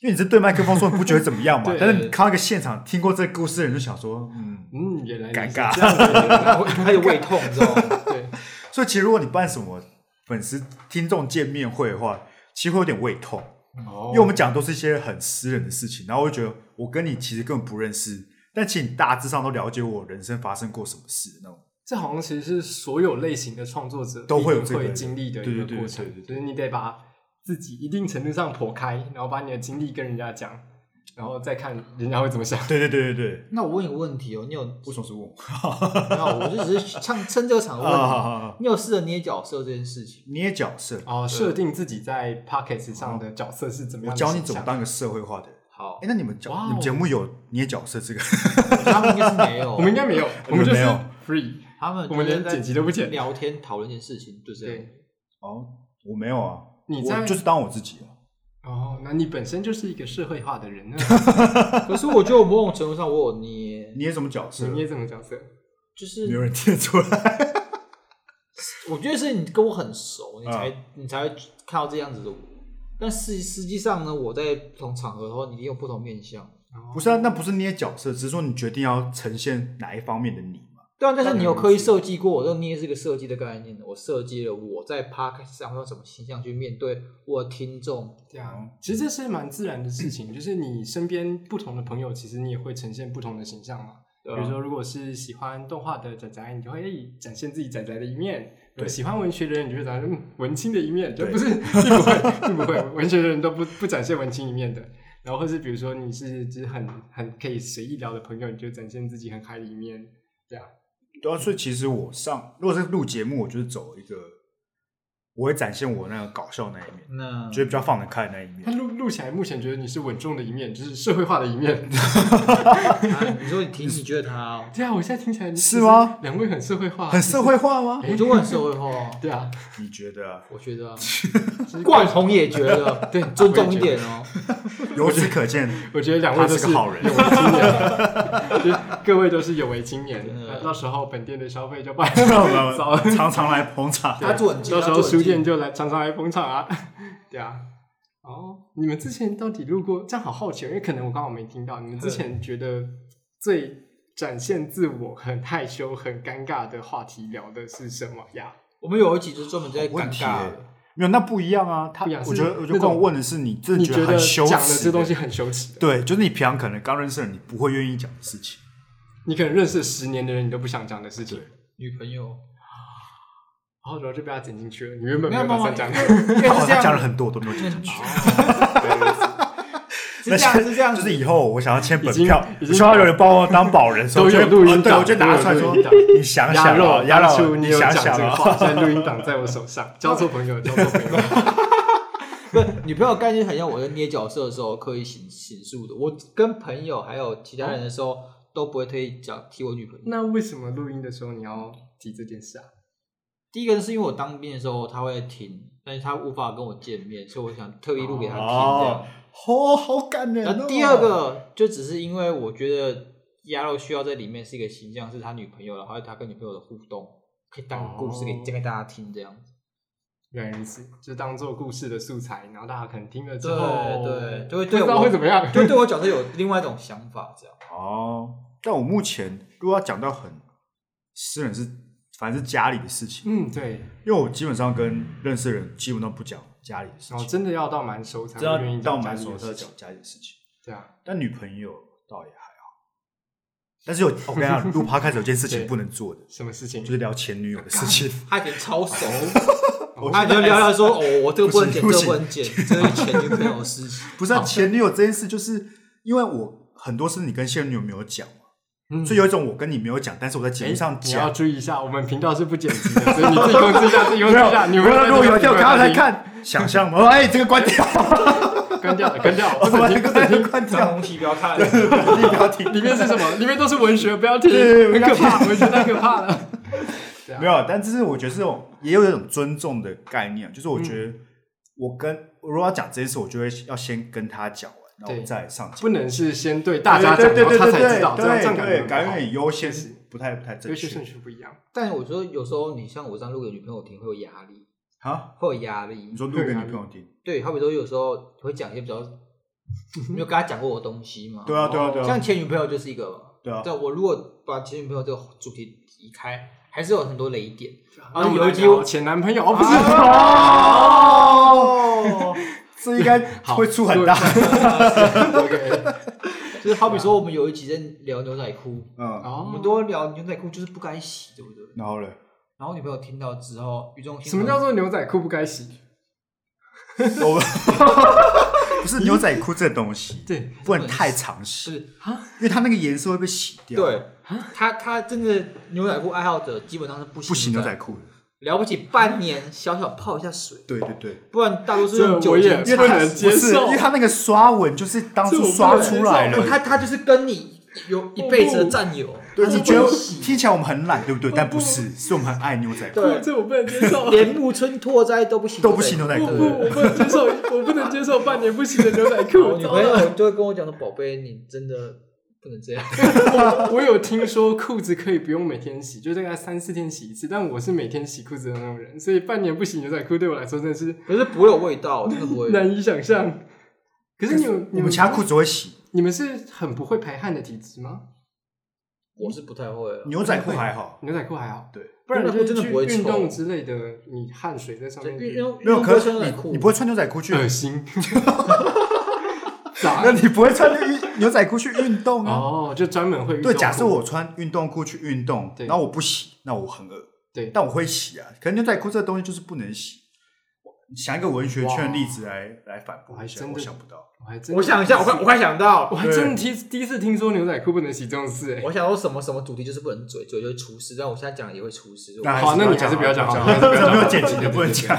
Speaker 2: 因为你是对麦克风说，你不觉得怎么样 嘛
Speaker 1: 对？
Speaker 2: 但是你看到一个现场，听过这个故事的人就想说，嗯，
Speaker 1: 嗯，原来你是
Speaker 2: 尴尬
Speaker 1: 这样子的啊
Speaker 3: 然后还有胃痛，你知道 吗？
Speaker 1: 对，
Speaker 2: 所以其实如果你办什么粉丝听众见面会的话，其实会有点胃痛，
Speaker 1: 因
Speaker 2: 因为我们讲的都是一些很私人的事情，然后我就觉得我跟你其实根本不认识，但其实你大致上都了解我人生发生过什么事的那种。
Speaker 1: 这好像其实是所有类型的创作者
Speaker 2: 都会
Speaker 1: 一
Speaker 2: 有这
Speaker 1: 定
Speaker 2: 个
Speaker 1: 会经历的一
Speaker 2: 对
Speaker 1: 个
Speaker 2: 对对
Speaker 1: 过程，
Speaker 2: 对对对
Speaker 1: 就是你得把自己一定程度上剖开，然后把你的经历跟人家讲，然后再看人家会怎么想。
Speaker 2: 对对对对对，
Speaker 3: 那我问你个问题哦，你有，没
Speaker 2: 为什么是问我？
Speaker 3: 有，我就只是趁趁这个场合
Speaker 2: 啊好
Speaker 3: 问
Speaker 2: 好好
Speaker 3: 你，你有试着捏角色这件事情？
Speaker 2: 你也角色，
Speaker 1: 哦，设定自己在 p o c k e t 上的角色是怎么
Speaker 2: 我
Speaker 1: 样的
Speaker 2: 教你
Speaker 1: 形
Speaker 2: 怎么
Speaker 1: 象
Speaker 2: 当一个社会化的人。
Speaker 3: 好
Speaker 2: 哎，，那你们角
Speaker 1: 哇哦
Speaker 2: 你们节目有捏角色这个？
Speaker 3: 他们应该是没有，
Speaker 1: 我们应该没有，我们就是
Speaker 2: 没有
Speaker 1: free。
Speaker 3: 他们
Speaker 1: 我们连剪辑都不剪
Speaker 3: 聊天讨论一件事情，就这样。
Speaker 1: 对，
Speaker 2: 哦，我没有啊，
Speaker 1: 你在
Speaker 2: 我就是当我自己啊。
Speaker 1: 哦，那你本身就是一个社会化的 人呢，
Speaker 3: 可是我觉得我某种程度上我有捏，
Speaker 2: 你也什么角色？
Speaker 1: 你捏这种角色，
Speaker 3: 就是
Speaker 2: 没有人听得出来。
Speaker 3: 我觉得是你跟我很熟，你才、你才会看到这样子的我。但实实际上呢，我在不同场合的话，你一定有不同面相。
Speaker 1: 哦
Speaker 2: 不是啊，那不是捏角色，只是说你决定要呈现哪一方面的你嘛。
Speaker 3: 对啊，但是你有刻意设计过，我就捏是个设计的概念，我设计了我在 p a r k 上用什么形象去面对我的听众。
Speaker 1: 对啊，其实这是蛮自然的事情，就是你身边不同的朋友，其实你也会呈现不同的形象嘛。
Speaker 3: 对啊
Speaker 1: 比如说，如果是喜欢动画的仔仔，你就会展现自己仔仔的一面；
Speaker 2: 对
Speaker 1: 喜欢文学的人，你就会展现嗯文青的一面，这不是并不会，并不会，文学的人都不不展现文青一面的。然后或是比如说你是就是很很可以随意聊的朋友，你就展现自己很嗨的一面，这样。
Speaker 2: 对啊，所以其实我上如果是录节目，我就是走一个，我会展现我那个搞笑那一面，
Speaker 3: 那
Speaker 2: 觉得比较放得开的那一
Speaker 1: 但
Speaker 2: 面。
Speaker 1: 录录起来，目前觉得你是稳重的一面，就是社会化的一面。
Speaker 3: 啊你说你听，你觉得他哦，
Speaker 1: 对啊，我现在听起来
Speaker 2: 是吗？
Speaker 1: 两位很社会化，
Speaker 2: 很社。会化吗？
Speaker 3: 我就问社会化哦，
Speaker 1: 对啊，
Speaker 2: 你觉得啊？
Speaker 3: 我觉得啊，冠宏也觉得，啊对，尊重一点哦。
Speaker 2: 由此 可见，
Speaker 1: 我觉得两位都
Speaker 2: 他是个好人
Speaker 1: 有为青年， 就是各位都是有为青年。
Speaker 3: 嗯
Speaker 1: 那到时候本店的消费就办 糟了，
Speaker 2: 常常来捧场。
Speaker 3: 他做很精，
Speaker 1: 到时候
Speaker 3: 他做很精
Speaker 1: 书店就来常常来捧场 啊。对啊，哦，你们之前到底录过？这样好好奇哦，因为可能我刚好没听到。你们
Speaker 3: 嗯
Speaker 1: 之前觉得最展现自我、很害羞、很尴尬的话题聊的是什么呀？
Speaker 3: 我们有一集就是专门在
Speaker 2: 问
Speaker 3: 尴
Speaker 2: 题
Speaker 3: 尬
Speaker 2: 耶，没有，那不一样啊。他
Speaker 1: 不一样，
Speaker 2: 我
Speaker 1: 是
Speaker 2: 觉得，我觉
Speaker 1: 那
Speaker 2: 得
Speaker 1: 种
Speaker 2: 跟我问的是你真
Speaker 1: 你
Speaker 2: 的
Speaker 1: 觉
Speaker 2: 得
Speaker 1: 得
Speaker 2: 很羞耻
Speaker 1: 讲的这东西
Speaker 2: 的，
Speaker 1: 很羞耻的，
Speaker 2: 对，就是你平常可能刚认识的人，你不会愿意讲的事情。
Speaker 1: 你可能认识十年的人，你都不想讲的事情。哦
Speaker 2: 对
Speaker 3: 女朋友，
Speaker 1: 然后主要就被他剪进去了，你原本没
Speaker 3: 没有哦
Speaker 1: 有打
Speaker 3: 没有
Speaker 1: 算讲，
Speaker 3: 因为
Speaker 2: 哦
Speaker 3: 是这
Speaker 2: 他讲
Speaker 3: 样
Speaker 2: 了，很多，我都没有讲进去。
Speaker 3: 是这样，是这样，
Speaker 2: 就是以后我想要签本
Speaker 1: 已经
Speaker 2: 票，
Speaker 1: 已经
Speaker 2: 希望有人帮我当 保人的时候，
Speaker 1: 都有
Speaker 2: 我就哦
Speaker 1: 录音
Speaker 2: 对，
Speaker 1: 档
Speaker 2: 我就拿出来
Speaker 1: 都有
Speaker 2: 说
Speaker 1: 录音档，
Speaker 2: 你想
Speaker 1: 鸭
Speaker 2: 想
Speaker 1: 肉
Speaker 2: 啊，，鸭
Speaker 1: 当初
Speaker 2: 肉，
Speaker 1: 你
Speaker 2: 你
Speaker 1: 有
Speaker 2: 想
Speaker 1: 讲这
Speaker 2: 想
Speaker 1: 个
Speaker 2: 啊，
Speaker 1: 话，现在录音档在我手上，交错朋友，交错朋友。
Speaker 3: 不是女朋友概念很像我在捏角色的时候刻意形形塑的。我跟朋友还有其他人的时候、都不会特意讲提我女朋友。
Speaker 1: 那为什么录音的时候你要提这件事啊？
Speaker 3: 第一个是因为我当兵的时候他会听，但是他无法跟我见面，所以我想特意录给他听这样。
Speaker 2: 哦 哦，好感人
Speaker 3: 然
Speaker 2: 哦。
Speaker 3: 后第二个就只是因为我觉得鸭肉需要在里面是一个形象，是他女朋友，然后还有他跟女朋友的互动，可以当故事给
Speaker 1: 哦
Speaker 3: 讲给大家听这样子。
Speaker 1: 原来如此，就当做故事的素材，然后大家可能听了之
Speaker 3: 对
Speaker 1: 后，
Speaker 3: 对，就会
Speaker 1: 不
Speaker 3: 对
Speaker 1: 知道
Speaker 3: 我
Speaker 1: 会怎么样。
Speaker 3: 就对我角色有另外一种想法这样。
Speaker 2: 哦，但我目前如果要讲到很私人是，反正是家里的事情，
Speaker 1: 嗯，对，
Speaker 2: 因为我基本上跟认识的人基本上不讲家里的事
Speaker 1: 然后哦
Speaker 2: 情，
Speaker 1: 真的要到蛮熟才
Speaker 2: 只
Speaker 1: 会愿
Speaker 2: 要
Speaker 1: 意
Speaker 2: 到
Speaker 1: 讲家
Speaker 2: 蛮
Speaker 1: 里
Speaker 2: 熟
Speaker 1: 的
Speaker 2: 才
Speaker 1: 事
Speaker 2: 会
Speaker 1: 情
Speaker 2: 讲。家里的事情。
Speaker 1: 对啊，
Speaker 2: 但女朋友倒也还好，但是有我跟你讲，录 podcast 有件事
Speaker 1: 对
Speaker 2: 情不能做的，
Speaker 1: 什么事情
Speaker 2: 就？是聊前女友的事情。
Speaker 3: 他以前超熟，
Speaker 2: 我
Speaker 3: 他就聊聊说：“哦，我这个不能剪，
Speaker 2: 不
Speaker 3: 这
Speaker 2: 是
Speaker 3: 个不能剪，这是前女朋友的事情。
Speaker 2: 不是、啊、前女友这件事，就是因为我很多事你跟现任女友没有讲嘛，
Speaker 1: 嗯
Speaker 2: 所以有一种我跟你没有讲，但是我在节目上
Speaker 1: 哎你要
Speaker 2: 讲。
Speaker 1: 注意一下，我们频道是不剪辑的，所以你自己控制一下，自己控制一下。你
Speaker 2: 有
Speaker 1: 没
Speaker 2: 没有？如果有一天我
Speaker 1: 看
Speaker 2: 刚刚才，看，想象嘛，哎，这个关掉，
Speaker 1: 关掉了，关 掉了，不
Speaker 2: 我把
Speaker 1: 准听，
Speaker 2: 这
Speaker 1: 不准
Speaker 2: 个
Speaker 1: 听。
Speaker 2: 关”
Speaker 3: 张
Speaker 2: 掉，
Speaker 3: 红旗不要看，
Speaker 2: 你不要听。
Speaker 1: 里面是什么？里面都是文学，不要听，
Speaker 2: 对
Speaker 1: 很
Speaker 2: 不要
Speaker 1: 可
Speaker 2: 听
Speaker 1: 怕，我觉得太可怕了。对啊
Speaker 2: 没有，但就是我觉得这种也有一种尊重的概念，就是我觉得我跟我如果要讲这件事，我就会要先跟他讲完，然后
Speaker 1: 对
Speaker 2: 我再上节目
Speaker 1: 不能是先对大家讲，
Speaker 2: 对
Speaker 1: 然后
Speaker 2: 对对
Speaker 1: 他
Speaker 2: 对
Speaker 1: 才知道，这样这样
Speaker 2: 对
Speaker 1: 感
Speaker 2: 对，
Speaker 1: 觉
Speaker 2: 感
Speaker 1: 很不好
Speaker 2: 觉很优先
Speaker 1: 确实，
Speaker 2: 不太不太正
Speaker 1: 优先
Speaker 2: 确
Speaker 1: 顺序不一样。
Speaker 3: 但我说有时候你像我这样录给女朋友听会有压力，
Speaker 2: 啊。
Speaker 3: 会有压力
Speaker 2: 你。说录给女朋友听，
Speaker 3: 对，好比说有时候会讲一些比较没有跟他讲过的东西嘛。
Speaker 2: 对啊对啊对啊
Speaker 3: 像前女朋友就是一个嘛。
Speaker 2: 对啊
Speaker 3: 对，我如果把前女朋友这个主题移开，还是有很多雷点。
Speaker 1: 然后
Speaker 3: 有
Speaker 1: 啊有
Speaker 3: 一集
Speaker 1: 有前男朋友，哦不是，
Speaker 2: 哦，这应该
Speaker 1: 啊好
Speaker 2: 会 出很大。
Speaker 1: OK，
Speaker 3: 就是好比说我们有一集在聊牛仔裤，
Speaker 2: 嗯，
Speaker 1: 哦
Speaker 3: 我们都聊牛仔裤就是不该洗，对不对？
Speaker 2: 然后呢？
Speaker 3: 然后女朋友听到之后，语重心
Speaker 1: 什么叫做牛仔裤不该洗？
Speaker 2: 我们 不是牛仔裤这东西，
Speaker 1: 对，
Speaker 2: 不能太常洗，啊
Speaker 3: 是
Speaker 2: 因为它那个颜色会被洗掉。
Speaker 3: 对，他他真的牛仔裤爱好者基本上是不
Speaker 2: 不洗牛仔
Speaker 3: 裤，
Speaker 2: 裤的。
Speaker 3: 了不起半年小小泡一下水，
Speaker 2: 对对对。
Speaker 3: 不然大多数
Speaker 1: 这
Speaker 3: 用酒
Speaker 1: 我也
Speaker 2: 因
Speaker 3: 精
Speaker 2: 为
Speaker 1: 不
Speaker 2: 它
Speaker 1: 能接
Speaker 2: 不是
Speaker 1: 受
Speaker 2: 因为它那个刷纹就是当初刷出来
Speaker 1: 这我不能接受
Speaker 2: 了。
Speaker 3: 他他就是跟你有一辈子的战友，
Speaker 2: 哦对，你觉得
Speaker 1: 不洗
Speaker 2: 听起来我们很懒，对不对？但不是，是我们很爱牛仔裤。
Speaker 3: 对
Speaker 1: 这我不能接受，
Speaker 3: 连木村拓哉都不行，
Speaker 2: 都不洗牛仔
Speaker 1: 不
Speaker 2: 裤
Speaker 1: 不，我不能接受，我不能接受半年不洗的牛仔 裤。
Speaker 3: 我女朋友就会跟我讲说：“宝贝，你真的不能这样。
Speaker 1: 我我有听说裤子可以不用每天洗，就大概三四天洗一次，但我是每天洗裤子的那种人，所以半年不洗牛仔裤对我来说真的是”
Speaker 3: 可是不会有味道，真的不 会。
Speaker 1: 难以想象。可是你有
Speaker 2: 我
Speaker 1: 你
Speaker 2: 们其他裤子会洗，
Speaker 1: 你们是很不会排汗的体质吗？
Speaker 3: 我是不太会啊，
Speaker 2: 牛仔裤还好。
Speaker 1: 牛仔裤还好，
Speaker 2: 对，
Speaker 1: 不然
Speaker 3: 牛
Speaker 1: 你
Speaker 3: 仔裤
Speaker 1: 就是
Speaker 3: 真的
Speaker 1: 去
Speaker 3: 不会
Speaker 1: 运
Speaker 3: 臭
Speaker 1: 动之类的，你汗水在上
Speaker 3: 这
Speaker 1: 面，
Speaker 3: 运运
Speaker 2: 没有，
Speaker 3: 动运动不
Speaker 2: 可
Speaker 3: 会
Speaker 2: 是
Speaker 3: 穿牛仔
Speaker 2: 你
Speaker 3: 裤，
Speaker 2: 你不会穿牛仔裤去，
Speaker 1: 恶 心。咋
Speaker 2: 那？你不会穿牛牛仔裤去运 动啊？
Speaker 1: 哦，就专门会运动
Speaker 2: 对，假设
Speaker 1: 裤
Speaker 2: 我穿运动裤去运动，
Speaker 1: 对
Speaker 2: 然后我不洗，那我很恶。
Speaker 1: 对，
Speaker 2: 但我会洗啊，可能牛仔裤这个东西就是不能洗。我想一个文学圈例子来来反
Speaker 1: 我
Speaker 2: 驳
Speaker 1: 还
Speaker 2: 一下，
Speaker 1: 真
Speaker 2: 我
Speaker 1: 的
Speaker 2: 想不到。
Speaker 1: 我还真
Speaker 3: 我想一下，我快我快想到
Speaker 1: 我，还真的第第一次听说牛仔裤不能洗这种事、欸，
Speaker 3: 我想说什么什么主题就是不能嘴，嘴就会出事，但我现在讲也会出事。我
Speaker 1: 好那你
Speaker 2: 啊
Speaker 1: 还是不要讲好了还是不要
Speaker 2: 这
Speaker 1: 讲
Speaker 2: 没
Speaker 1: 好
Speaker 2: 有
Speaker 1: 了
Speaker 2: 剪辑的不能讲。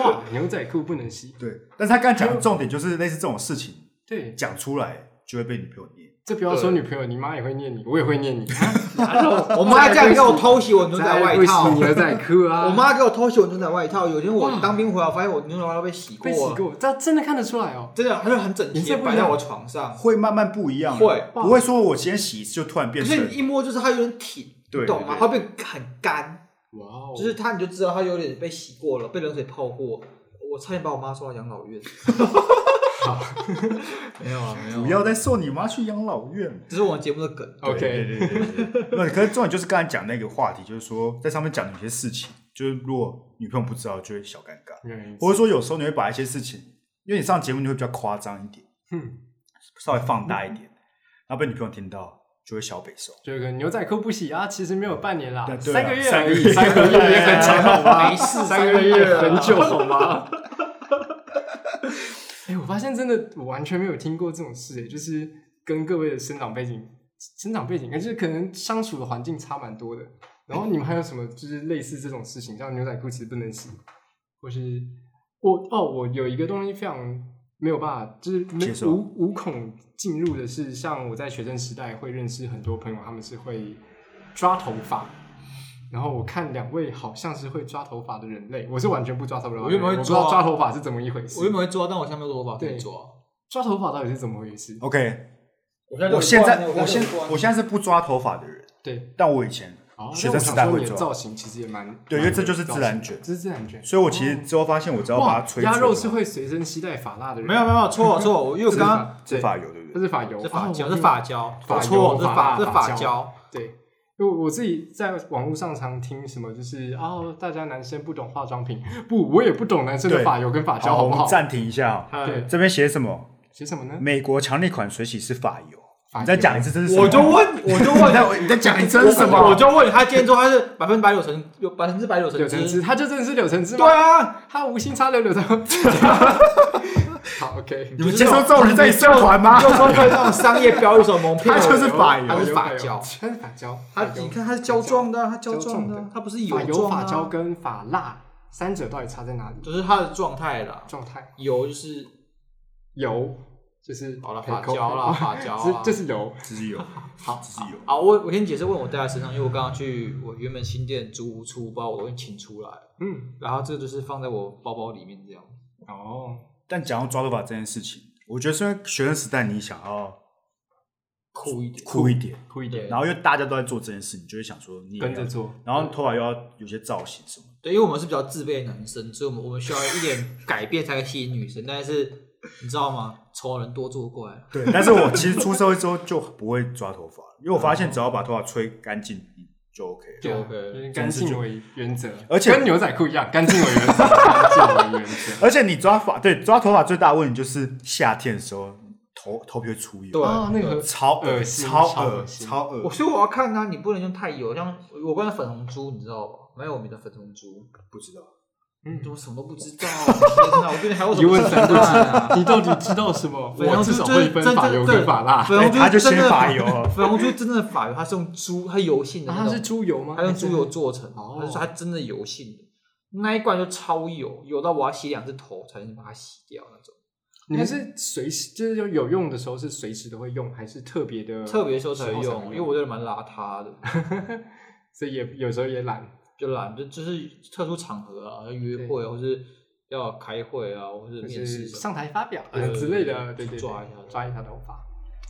Speaker 1: 哇，牛仔裤不能洗，
Speaker 2: 对，但是他刚才讲的重点就是类似这种事情
Speaker 1: 对，
Speaker 2: 讲出来就会被女朋友念。
Speaker 1: 这不要说女朋友，你妈也会念你，我也会念你，哪有
Speaker 3: 我妈这样给我偷袭我牛仔外
Speaker 1: 再
Speaker 3: 套
Speaker 1: 不洗，牛仔裤啊，
Speaker 3: 我妈给我偷袭我牛仔外套。有一天我
Speaker 1: 哇
Speaker 3: 当兵回来，我发现我牛仔外套被洗过
Speaker 1: 被洗
Speaker 3: 啊，
Speaker 1: 过，这真的看得出来哦，
Speaker 3: 真的，它就很整
Speaker 1: 颜色
Speaker 3: 齐，
Speaker 1: 不一
Speaker 3: 摆
Speaker 1: 样
Speaker 3: 在我床上。
Speaker 2: 会慢慢不一样，啊
Speaker 3: 会
Speaker 2: 不会说我今天洗一次就突然
Speaker 3: 可
Speaker 2: 变成
Speaker 3: 是你一摸就是它有点挺，
Speaker 2: 对
Speaker 3: 你懂
Speaker 2: 对
Speaker 3: 吗？它变很干，
Speaker 1: 哇哦，
Speaker 3: 就是它你就知道它有点被洗过了，被冷水泡过。我差点把我妈送到养老院。 没有啊，没
Speaker 2: 不要哦再送你妈去养老院了。
Speaker 3: 这是我们节目的梗。
Speaker 1: OK
Speaker 2: 对对对对 对。那可是重点就是刚才讲那个话题，就是说在上面讲的有些事情，就是如果女朋友不知道，就会小尴尬，
Speaker 1: 嗯
Speaker 2: 或者说有时候你会把一些事情，因为你上节目你会比较夸张一点，
Speaker 1: 哼
Speaker 2: 稍微放大一点，
Speaker 1: 嗯
Speaker 2: 然后被女朋友听到就会小北受。
Speaker 1: 就跟牛仔裤不洗啊，其实没有半年啦
Speaker 2: 对，对啊
Speaker 1: 三个月
Speaker 2: 三
Speaker 1: 而
Speaker 2: 个
Speaker 1: 已，
Speaker 2: 月
Speaker 1: 三个月也很长好吗？
Speaker 3: 没事
Speaker 1: 三
Speaker 3: 三个
Speaker 1: 个
Speaker 3: 月
Speaker 1: 月
Speaker 3: 啊
Speaker 1: 很久好吗？ 哎，我发现真的我完全没有听过这种事，哎，就是跟各位的生长背景、生长背景，而且可能相处的环境差蛮多的。然后你们还有什么就是类似这种事情，像牛仔裤其实不能洗，或是我哦，我有一个东西非常没有办法，就是没
Speaker 2: 接受
Speaker 1: 无无孔进入的是，像我在学生时代会认识很多朋友，他们是会抓头发。然后我看两位好像是会抓头发的人类，我是完全不抓头发的人，
Speaker 3: 我原本会
Speaker 1: 不知道
Speaker 3: 抓
Speaker 1: 抓头发是怎么一回事。
Speaker 3: 我原本会抓，但我现在没有头发可以抓。
Speaker 1: 抓头发到底是怎么回事？
Speaker 2: OK，
Speaker 3: 我
Speaker 2: 我现在
Speaker 3: 我
Speaker 2: 我现我现在是不抓头发的人，
Speaker 1: 对，
Speaker 2: 但我以前
Speaker 1: 哦
Speaker 2: 学
Speaker 1: 那
Speaker 2: 生
Speaker 1: 我
Speaker 2: 时
Speaker 1: 想
Speaker 2: 代
Speaker 1: 说
Speaker 2: 会
Speaker 1: 你的
Speaker 2: 抓
Speaker 1: 造型其实也蛮
Speaker 2: 对因为这就是自
Speaker 1: 蛮
Speaker 2: 然卷
Speaker 1: 有造型的这是自然卷。
Speaker 2: 所以我其实之后发现，我只要把它吹出
Speaker 1: 鸭
Speaker 2: 来
Speaker 1: 哦肉是会随身携带发蜡的人，
Speaker 3: 没有没有错错，我因为我
Speaker 1: 是
Speaker 3: 刚刚
Speaker 1: 发
Speaker 2: 是
Speaker 1: 对
Speaker 2: 发油，对不
Speaker 1: 这
Speaker 2: 对？
Speaker 1: 是发油，
Speaker 3: 是发胶，
Speaker 1: 胶
Speaker 3: 是发胶，
Speaker 1: 发
Speaker 3: 我
Speaker 1: 胶
Speaker 3: 错，是发
Speaker 1: 发
Speaker 3: 是发
Speaker 1: 发
Speaker 3: 胶
Speaker 1: 胶，对。因为我自己在网络上常听什么，就是哦，大家男生不懂化妆品， 不，我也不懂男生的
Speaker 2: 对
Speaker 1: 发油跟发胶，
Speaker 2: 好，
Speaker 1: 好
Speaker 2: 我
Speaker 1: 不好
Speaker 2: 们？暂停一下哦。
Speaker 1: 对，
Speaker 2: 这边写什么？
Speaker 1: 写什么呢？
Speaker 2: 美国强力款水洗是发油。
Speaker 1: 发
Speaker 2: 你再
Speaker 1: 油
Speaker 2: 讲一次，这是什么
Speaker 3: 我就问，我 就
Speaker 2: 你
Speaker 3: 问
Speaker 2: 再你再讲一次这
Speaker 3: 我
Speaker 2: 是什
Speaker 3: 我
Speaker 2: 么？
Speaker 3: 就问他，今天说他是百分之百柳橙，有百分之百柳橙
Speaker 1: 柳橙汁，
Speaker 3: 汁，
Speaker 1: 他就真的是柳橙汁吗？
Speaker 3: 对啊，
Speaker 1: 他无心插柳柳橙汁。 好，OK，
Speaker 2: 你们接受这种人在你社团吗？
Speaker 3: 就说他这种商业标语所蒙骗
Speaker 2: 他
Speaker 3: 我，
Speaker 2: 就是发
Speaker 1: 油
Speaker 3: 他
Speaker 2: 油
Speaker 3: 是发胶，
Speaker 1: 它是发胶，
Speaker 3: 他
Speaker 1: 发油
Speaker 3: 你看他是胶状的啊，他胶状
Speaker 1: 胶
Speaker 3: 的
Speaker 1: 状
Speaker 3: 啊
Speaker 1: 的，
Speaker 3: 他不是
Speaker 1: 法油、
Speaker 3: 状
Speaker 1: 法
Speaker 3: 啊
Speaker 1: 胶，跟法蜡三者到底差在哪里？
Speaker 3: 就是它的状态啦，
Speaker 1: 状态
Speaker 3: 油就是
Speaker 1: 油就是
Speaker 3: 好了，
Speaker 1: 可以
Speaker 3: 发
Speaker 1: 扣
Speaker 3: 胶啦，
Speaker 1: 哦
Speaker 3: 发胶啦
Speaker 1: 是，就是油
Speaker 2: 只是有，
Speaker 1: 好
Speaker 2: 只是有。
Speaker 3: 好，啊我我先解释为什么我带在身上，因为我刚刚去我原本新店租屋出包，我东西请出来，
Speaker 1: 嗯
Speaker 3: 然后这个就是放在我包包里面这样。
Speaker 1: 哦
Speaker 2: 但讲到抓头发这件事情，我觉得是因为学生时代你想要
Speaker 3: 酷一点，
Speaker 2: 酷一点，
Speaker 1: 酷一
Speaker 3: 点
Speaker 2: 然后因为大家都在做这件事，你就会想说你也要
Speaker 1: 跟着，做
Speaker 2: 然后头发又要有些造型什么。
Speaker 3: 对，因为我们是比较自卑的男生，所以我们我们需要一点改变才可以吸引女生。但是你知道吗？丑人多作怪，
Speaker 2: 对，但是我其实出社会之后就不会抓头发了，因为我发现只要把头发吹干净就 OK 了。
Speaker 3: 就
Speaker 1: 对啊
Speaker 3: OK
Speaker 1: 就是干净为原则，
Speaker 2: 而且
Speaker 1: 跟牛仔裤一样，干净为原则， 干净为原则。
Speaker 2: 而且你抓发，对抓头发最大的问题就是夏天的时候头头皮会出
Speaker 3: 对
Speaker 2: 油，
Speaker 1: 哦，那个
Speaker 2: 超
Speaker 1: 恶
Speaker 2: 恶
Speaker 1: 心
Speaker 2: 超
Speaker 1: 超
Speaker 2: 恶
Speaker 1: 恶心
Speaker 2: 超恶
Speaker 3: 我所以我要看他，你不能用太油，像我我刚才粉红猪，你知道吧？没有我们的粉红猪，
Speaker 2: 不知道。
Speaker 1: 嗯
Speaker 3: 我什么都不知道。天哪，我对你还有什
Speaker 1: 一
Speaker 3: 么
Speaker 1: 问
Speaker 3: 知
Speaker 1: 三不
Speaker 3: 道啊
Speaker 1: 知，你到底知道什 么？
Speaker 3: 粉红
Speaker 1: 我
Speaker 3: 猪
Speaker 1: 至少会
Speaker 3: 就是
Speaker 1: 分
Speaker 3: 真
Speaker 1: 法油跟法蜡，
Speaker 3: 粉红
Speaker 2: 哎对他就
Speaker 3: 猪真
Speaker 2: 先
Speaker 3: 的
Speaker 2: 发油 哦
Speaker 3: 粉红猪真正的发油，它是用猪，它油性的
Speaker 1: 啊
Speaker 3: 那
Speaker 1: 它
Speaker 3: 种
Speaker 1: 是猪油吗？
Speaker 3: 它用猪油
Speaker 1: 还是
Speaker 3: 做成的，
Speaker 1: 哦
Speaker 3: 它是它真的油性的。那一罐就超油，油到我要洗两次头才能把它洗掉那种。
Speaker 1: 你们是随时就是有有用的时候是随时都会用，还是特别
Speaker 2: 嗯
Speaker 1: 的
Speaker 3: 特别的时候才会
Speaker 1: 时候
Speaker 3: 用，因为我这人蛮邋遢的，
Speaker 1: 所以也有时候也懒。
Speaker 3: 就懒，就就是特殊场合啊，约会啊或是要开会啊，或是
Speaker 1: 就是
Speaker 3: 面试什么
Speaker 1: 上台发表
Speaker 3: 对
Speaker 1: 呃
Speaker 3: 对
Speaker 1: 之
Speaker 3: 对
Speaker 1: 类的，对对，对
Speaker 3: 抓一下
Speaker 1: 抓一下头发，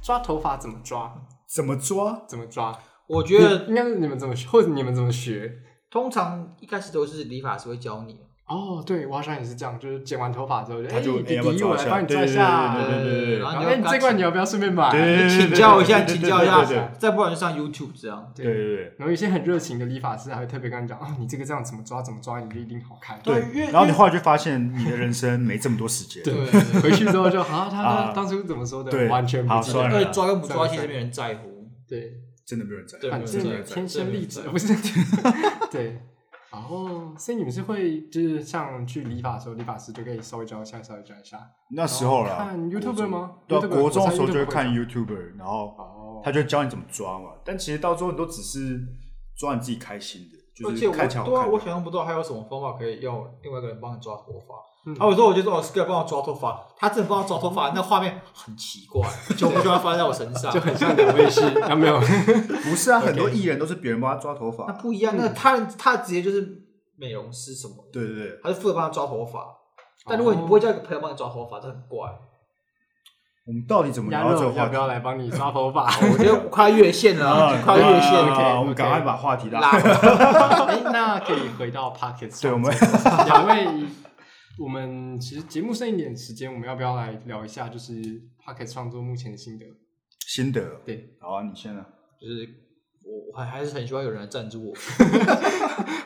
Speaker 1: 抓头发怎么抓？
Speaker 2: 怎么抓？
Speaker 1: 怎么抓？
Speaker 3: 我觉得
Speaker 1: 你应该是你们怎么学，或者你们怎么学？
Speaker 3: 通常一开始都是理发师会教你，
Speaker 1: 哦，对，我好像也是这样，就是剪完头发之后，
Speaker 2: 他
Speaker 1: 哎，
Speaker 2: 就哎
Speaker 1: 弟
Speaker 2: 要不要
Speaker 1: 弟，
Speaker 2: 抓
Speaker 1: 我
Speaker 2: 一
Speaker 1: 来
Speaker 2: 下
Speaker 1: 帮你
Speaker 2: 对
Speaker 1: 抓一下，
Speaker 2: 对对对对对
Speaker 3: 然
Speaker 1: 然后
Speaker 3: 后你要
Speaker 1: 哎，你这罐你要不要顺便买？
Speaker 2: 对
Speaker 3: 请教一下，
Speaker 2: 对对对
Speaker 3: 请教一下
Speaker 2: 对对对，
Speaker 3: 再不然就上 YouTube 这样。
Speaker 2: 对对对。
Speaker 1: 然后有一些很热情的理发师还会特别跟你讲，哦，你这个这样怎么抓怎么抓，你就一定好看。
Speaker 3: 对因为
Speaker 2: 然后你后来就发现你的人生没这么多时间。
Speaker 1: 对
Speaker 3: 对，
Speaker 1: 回去之后就，啊，他
Speaker 2: 啊
Speaker 1: 他当初怎么说的
Speaker 2: 对，
Speaker 1: 完全不
Speaker 2: 好
Speaker 1: 记
Speaker 2: 算
Speaker 1: 得。
Speaker 2: 了
Speaker 3: 而且抓跟不抓其实没人在乎。
Speaker 1: 对，
Speaker 2: 真的没有人在。
Speaker 3: 对
Speaker 1: 反
Speaker 3: 没有人在
Speaker 1: 正天生丽质，
Speaker 3: 对
Speaker 1: 不是对。然后，所以你们是会就是像去理发的时候，理发师就可以稍微教一下，稍微教一下。
Speaker 2: 那时候
Speaker 3: 哦
Speaker 2: 啦，
Speaker 1: 看 YouTuber 吗
Speaker 2: 对啊，
Speaker 1: YouTuber，
Speaker 2: 国中的时候
Speaker 1: 我猜
Speaker 2: 就
Speaker 1: YouTuber
Speaker 2: 会看
Speaker 1: 会
Speaker 2: YouTuber，然后
Speaker 1: 哦
Speaker 2: 他就教你怎么抓嘛。但其实到最后你都只是抓你自己开心的，就
Speaker 3: 而且
Speaker 2: 是
Speaker 3: 我
Speaker 2: 看起来好
Speaker 3: 对啊，
Speaker 2: 看。
Speaker 3: 我想象不到还有什么方法可以要另外一个人帮你抓头发。
Speaker 1: 嗯
Speaker 3: 啊，我说我就说哦，Sky 帮我抓头发，他真的帮我抓头发，那画面很奇怪，就不就要发生在我身 上
Speaker 1: 就，很像两位是啊， 没有，
Speaker 2: 不是啊，很多艺人都是别人帮他抓头
Speaker 3: 那
Speaker 2: 发。
Speaker 3: 不一样。那他他直接就是美容师什么的，
Speaker 2: 对对对，
Speaker 3: 他是负责帮他抓头发。但如果你不会叫一个朋友帮你抓头发，这很怪。
Speaker 2: 我们到底怎么
Speaker 1: 鸭
Speaker 2: 聊到这个
Speaker 1: 肉
Speaker 2: 话
Speaker 1: 要不
Speaker 2: 题？
Speaker 1: 要来帮你抓头 发？
Speaker 3: 我觉得快越线了啊，快越线
Speaker 2: 啊
Speaker 3: 了，
Speaker 2: 我们赶快把话题
Speaker 3: 拉
Speaker 2: 拉。
Speaker 3: 回来。
Speaker 1: 哎，那可以回到 Pocket 上。
Speaker 2: 对，我们
Speaker 1: 两位，我们其实节目剩一点时间，我们要不要来聊一下就是 Pocket 创作目前的心得？
Speaker 2: 心得。
Speaker 1: 对，
Speaker 2: 好啊，你先啊。
Speaker 3: 就是我我还还是很希望有人来赞助我。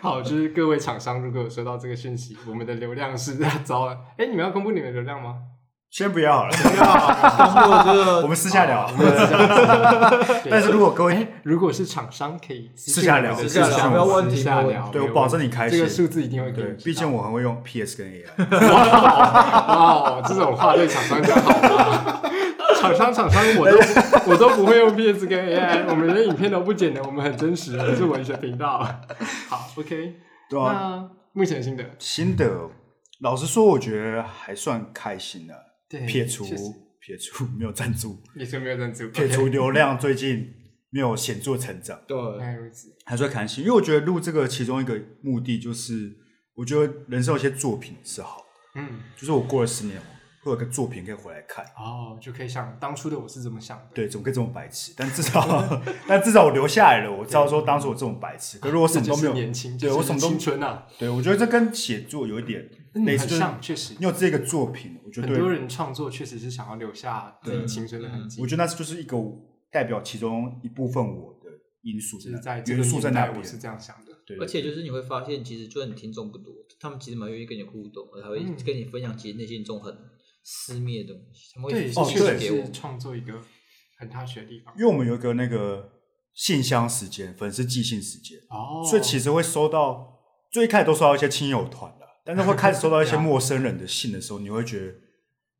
Speaker 1: 好，就是各位厂商如果有收到这个讯息，我们的流量是 糟了。哎，你们要公布你们的流量吗？
Speaker 2: 先不要好了，
Speaker 3: 我这个
Speaker 2: 我们私下聊。
Speaker 1: 对
Speaker 2: 但是如果各位
Speaker 1: 哎， 如果是厂商可以私
Speaker 2: 私下
Speaker 1: 信
Speaker 2: 聊
Speaker 1: 我们
Speaker 2: 私下
Speaker 1: 私
Speaker 2: 聊
Speaker 1: 下
Speaker 2: 没有
Speaker 1: 聊
Speaker 3: 问题
Speaker 1: 私下
Speaker 3: 没有
Speaker 1: 聊，没
Speaker 2: 对我
Speaker 1: 有
Speaker 2: 保
Speaker 1: 问
Speaker 2: 证你开
Speaker 1: 这
Speaker 2: 心。
Speaker 1: 个数字一定会给
Speaker 2: 对
Speaker 1: 你，知道。
Speaker 2: 毕竟我很会用 PS 跟 AI。
Speaker 1: 哇，这种话对厂商讲好吗？ 厂商，厂商，我 都我都不会用 PS 跟 AI，我们连影片都不剪的，我们很真实，我们是文学频道。好，OK，
Speaker 2: 对啊，
Speaker 1: 那目前心得，
Speaker 2: 心得，老实说，我觉得还算开心的、
Speaker 1: 对
Speaker 2: 撇除
Speaker 1: 确实
Speaker 2: 撇除 没有赞助，
Speaker 1: 也是没有赞助，
Speaker 2: 撇除流量最近没有显著成长，
Speaker 1: 原
Speaker 3: 对
Speaker 1: 来如此，
Speaker 2: 还算开心。因为我觉得录这个其中一个目的就是，我觉得人生有些作品是好的，
Speaker 1: 嗯，
Speaker 2: 就是我过了十年后会有个作品可以回来看。
Speaker 1: 哦，就可以想当初的我是怎么想的，
Speaker 2: 对，怎么可以这么白痴？但至少， 但至少我留下来了，我知道说当初我这种白痴。可是我什
Speaker 1: 这就
Speaker 2: 么都没
Speaker 1: 是
Speaker 2: 有，
Speaker 1: 年轻，
Speaker 2: 对
Speaker 1: 这
Speaker 2: 我
Speaker 1: 就是
Speaker 2: 什么都
Speaker 1: 青春啊，
Speaker 2: 对我觉得这跟写作有一点
Speaker 1: 嗯
Speaker 2: 类似，
Speaker 1: 很
Speaker 2: 就是
Speaker 1: 像，确实
Speaker 2: 你，有这个作品，我觉得
Speaker 1: 很
Speaker 2: 对
Speaker 1: 多人创作确实是想要留下自己
Speaker 2: 对
Speaker 1: 青春的痕迹
Speaker 2: 我，觉得那就是一个代表其中一部分我的因素
Speaker 1: 就是
Speaker 2: 在
Speaker 1: 在
Speaker 2: 那，
Speaker 1: 这
Speaker 2: 元
Speaker 1: 个
Speaker 2: 素在
Speaker 1: 年
Speaker 2: 那
Speaker 1: 代，
Speaker 2: 边
Speaker 1: 我。是这样想的，
Speaker 2: 对，
Speaker 3: 而且就是你会发现，其实就算你听众不多，他们其实蛮愿意跟你互动，还会
Speaker 1: 嗯
Speaker 3: 跟你分享其实内心中很私密的东西，他们
Speaker 1: 对，
Speaker 3: 会
Speaker 1: 这
Speaker 2: 哦
Speaker 1: 确
Speaker 3: 分
Speaker 1: 实
Speaker 3: 享
Speaker 2: 对
Speaker 3: 给我
Speaker 1: 是。创作一个很踏实的地方。
Speaker 2: 因为我们有一个那个信箱时间，粉丝寄信时间，
Speaker 1: 哦，
Speaker 2: 所以其实会收到，最一开始都收到一些亲友团的，但是会开始 收到一些
Speaker 1: 对啊
Speaker 2: 陌生人的信的时候，你会觉得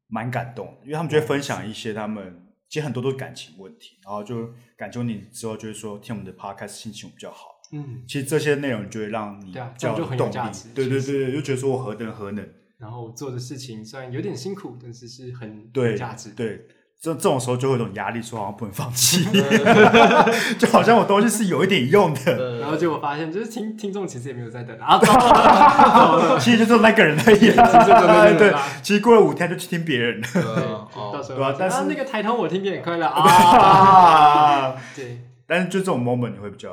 Speaker 2: 蛮感动的，因为他们
Speaker 1: 哦
Speaker 2: 就会分享一些他们。其实很多都是感情问题，然后就感情问题之后，就会说听我们的 podcast 心情比较好，
Speaker 1: 嗯，
Speaker 2: 其实这些内容就会让你比
Speaker 1: 对啊这
Speaker 2: 较
Speaker 1: 样就很有
Speaker 2: 动
Speaker 1: 价
Speaker 2: 力
Speaker 1: 值，
Speaker 2: 对
Speaker 1: 其
Speaker 2: 对
Speaker 1: 实
Speaker 2: 对，对就觉得说我何等何能，
Speaker 1: 然后做的事情虽然有点辛苦，但是是很有
Speaker 2: 对
Speaker 1: 价值。，
Speaker 2: 对，这这种时候就会有一种压力，说好像不能放弃，就好像我东西是有一点用的，
Speaker 3: 呃
Speaker 1: 然后结果发现就是听听众其实也没有在等 啊，糟了
Speaker 2: 其实就是那个人而已啊
Speaker 1: 其实就是那个人啊
Speaker 2: 对，其实过了五天就去听别人
Speaker 3: 对
Speaker 1: 对到
Speaker 3: 哦
Speaker 1: 时候
Speaker 2: 对
Speaker 1: 发
Speaker 2: 啊
Speaker 1: 现
Speaker 2: 但是
Speaker 1: 啊那个抬头我听见很快乐 啊，
Speaker 2: 啊，
Speaker 1: 对，
Speaker 2: 但是就这种 moment 你会比较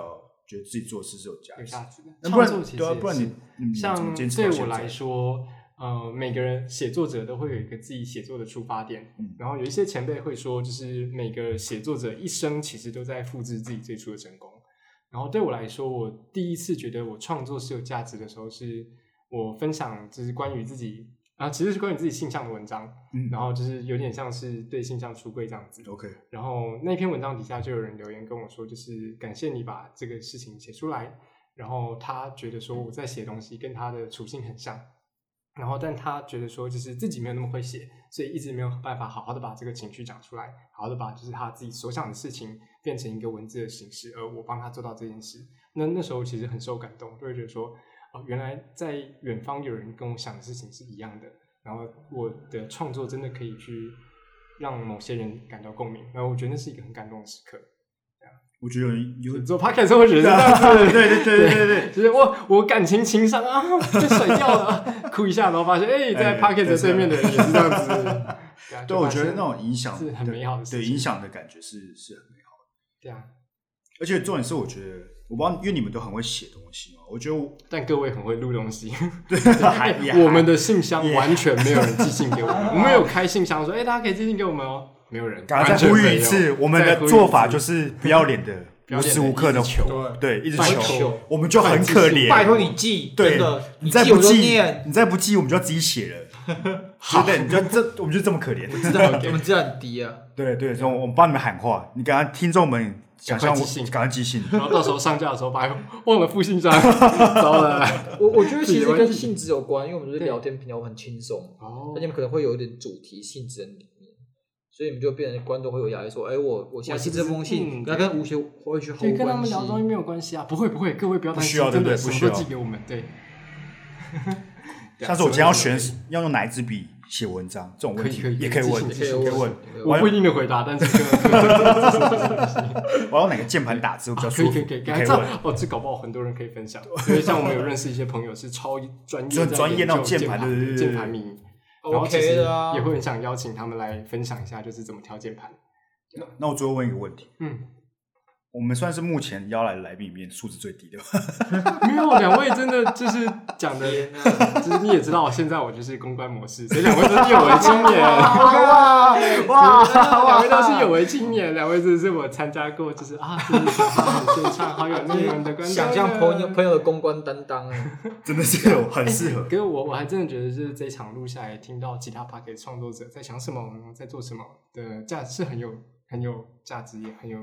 Speaker 2: 觉得自己做事是有价
Speaker 1: 有
Speaker 2: 值
Speaker 1: 价，值的。
Speaker 2: 那不
Speaker 1: 创作其实
Speaker 2: 然对啊，
Speaker 1: 也
Speaker 2: 不然
Speaker 1: 是
Speaker 2: 你嗯你怎么
Speaker 1: 像
Speaker 2: 坚持到
Speaker 1: 对我
Speaker 2: 现在
Speaker 1: 来说，呃，每个人写作者都会有一个自己写作的出发点。
Speaker 2: 嗯
Speaker 1: 然后有一些前辈会说，就是每个写作者一生其实都在复制自己最初的成功。然后对我来说，我第一次觉得我创作是有价值的时候，是我分享就是关于自己啊，其实是关于自己性向的文章，
Speaker 2: 嗯
Speaker 1: 然后就是有点像是对性向出柜这样子。
Speaker 2: ，OK，
Speaker 1: 然后那篇文章底下就有人留言跟我说，就是感谢你把这个事情写出来。然后他觉得说我在写东西跟他的处境很像，然后但他觉得说就是自己没有那么会写，所以一直没有办法好好的把这个情绪讲出来，好好的把就是他自己所想的事情变成一个文字的形式，而我帮他做到这件事。那那时候其实很受感动，就会觉得说哦，原来在远方有人跟我想的事情是一样的，然后我的创作真的可以去让某些人感到共鸣，然后我觉得那是一个很感动的时刻。
Speaker 2: 我觉得有有
Speaker 1: 做 podcast 时候，我觉得
Speaker 2: 对啊对对对对对。
Speaker 1: 就是我我感情情商啊被甩掉了 啊，哭一下，然后发现哎、在
Speaker 2: 哎
Speaker 1: podcast 的
Speaker 2: 对
Speaker 1: 对面的人也是这样子。对啊，
Speaker 2: 对，
Speaker 1: 就
Speaker 2: 我
Speaker 1: 发
Speaker 2: 觉得
Speaker 1: 现
Speaker 2: 那种影响
Speaker 1: 是很
Speaker 2: 的
Speaker 1: 美好的事
Speaker 2: 对
Speaker 1: 情
Speaker 2: 影响的感觉是是很美好
Speaker 1: 对啊，
Speaker 2: 的。而且重点是，我觉得我不知道，因为你们都很会写东西嘛，我觉 得我
Speaker 1: 但各位很会录东西，
Speaker 2: 对，
Speaker 1: 哎
Speaker 2: 还也还
Speaker 1: 我们的信箱
Speaker 2: 也
Speaker 1: 完全没有人寄信 给我们，我们有开信箱说哎、大家可以寄信给我们哦，没有人，
Speaker 2: 赶快
Speaker 1: 完
Speaker 2: 再
Speaker 1: 全
Speaker 2: 呼吁
Speaker 1: 没
Speaker 2: 一
Speaker 1: 有
Speaker 2: 次，我们
Speaker 1: 再
Speaker 2: 的
Speaker 1: 呼吁
Speaker 2: 做
Speaker 1: 一
Speaker 2: 法
Speaker 1: 次
Speaker 2: 就是不要脸的，
Speaker 1: 不要
Speaker 2: 无
Speaker 1: 脸
Speaker 2: 时
Speaker 1: 的
Speaker 2: 无刻的
Speaker 1: 一直求
Speaker 2: 对，一直
Speaker 3: 拜
Speaker 2: 求
Speaker 3: 求，
Speaker 2: 我们就很可
Speaker 1: 拜
Speaker 2: 怜。
Speaker 3: 拜托你记，
Speaker 2: 对
Speaker 3: 真的，，
Speaker 2: 你
Speaker 3: 你
Speaker 2: 再
Speaker 3: 记
Speaker 2: 不
Speaker 3: 我就
Speaker 2: 记
Speaker 3: 念，，
Speaker 2: 你再不记，我们就要自己写了。对对，你就这，我们就这么可怜。
Speaker 3: 知 道我们知道很低啊，
Speaker 2: 对对，所以我们帮你们喊话，你刚刚听众们想象
Speaker 1: 赶快
Speaker 2: 我
Speaker 1: 寄信
Speaker 2: 赶快寄信，
Speaker 1: 然后到时候上架的时候把它忘了附信 箱，糟了。
Speaker 3: 我我觉得
Speaker 1: 自
Speaker 3: 其
Speaker 1: 己
Speaker 3: 实
Speaker 1: 的问
Speaker 3: 跟
Speaker 1: 题
Speaker 3: 性质有关，因为我们就是
Speaker 1: 对
Speaker 3: 聊天，平常我很轻松，
Speaker 1: 哦
Speaker 3: 那你们可能会有一点主题性质在里面，所以你们就变成观众会有压力，说，哎，我我现在
Speaker 1: 我是
Speaker 3: 写
Speaker 1: 不
Speaker 3: 这
Speaker 1: 是
Speaker 3: 封信，
Speaker 1: 嗯
Speaker 3: 要跟吴学会去后
Speaker 1: 对，跟他
Speaker 3: 关
Speaker 1: 们
Speaker 3: 系，
Speaker 1: 聊东西没有关系啊，不会不会，各位不要担
Speaker 2: 不
Speaker 1: 心，
Speaker 2: 需要
Speaker 1: 真
Speaker 2: 对
Speaker 1: 的
Speaker 2: 不
Speaker 1: 什么
Speaker 2: 对不需要
Speaker 1: 都寄给我们，对。对啊
Speaker 2: 下次我今天要选
Speaker 1: 什么
Speaker 2: 要用哪一支笔写文章，这种问题
Speaker 1: 可以可以
Speaker 2: 也可以
Speaker 1: 可以
Speaker 2: 问，
Speaker 1: 寄
Speaker 3: 信
Speaker 2: 也可以
Speaker 3: 可以问
Speaker 2: 问。
Speaker 1: 都
Speaker 2: 我
Speaker 1: 可以，我不一定能回答，但是这个
Speaker 2: 我要哪个键盘打字会比较
Speaker 1: 啊可以
Speaker 2: 舒服？
Speaker 1: 可以可以，
Speaker 2: 也可以
Speaker 1: 这样
Speaker 2: 问。
Speaker 1: 哦，这搞不好很多人可以分享，因为像我们有认识一些朋友是超专业
Speaker 2: 就
Speaker 1: 在
Speaker 2: 很专业
Speaker 1: 研
Speaker 2: 那种
Speaker 1: 究
Speaker 2: 键
Speaker 1: 键
Speaker 2: 盘对对对对
Speaker 1: 键盘迷，然后其
Speaker 3: OK
Speaker 1: 实
Speaker 3: 的啊
Speaker 1: 也，会很想邀请他们来分享一下，就是怎么挑键盘。
Speaker 2: 那我最后问一个问题，
Speaker 1: 嗯，
Speaker 2: 我们算是目前邀来的来宾里面素质最低的吧，
Speaker 1: 没有两位真的就是讲的，
Speaker 3: 天啊
Speaker 1: 就是你也知道，现在我就是公关模式，所以两位都是有为青年。
Speaker 2: 哇
Speaker 1: 两位都是有为青年，两位真的是我参加过，就是啊，真的是很顺畅，好有内容的观众。
Speaker 3: 想象朋友朋友的公关担当啊。
Speaker 2: 真的是有很适合
Speaker 1: 可。是我我还真的觉得，就是这一场录下来，听到其他 p a r k 创作者在想什么，在做什么的价是很有很有价值，也很有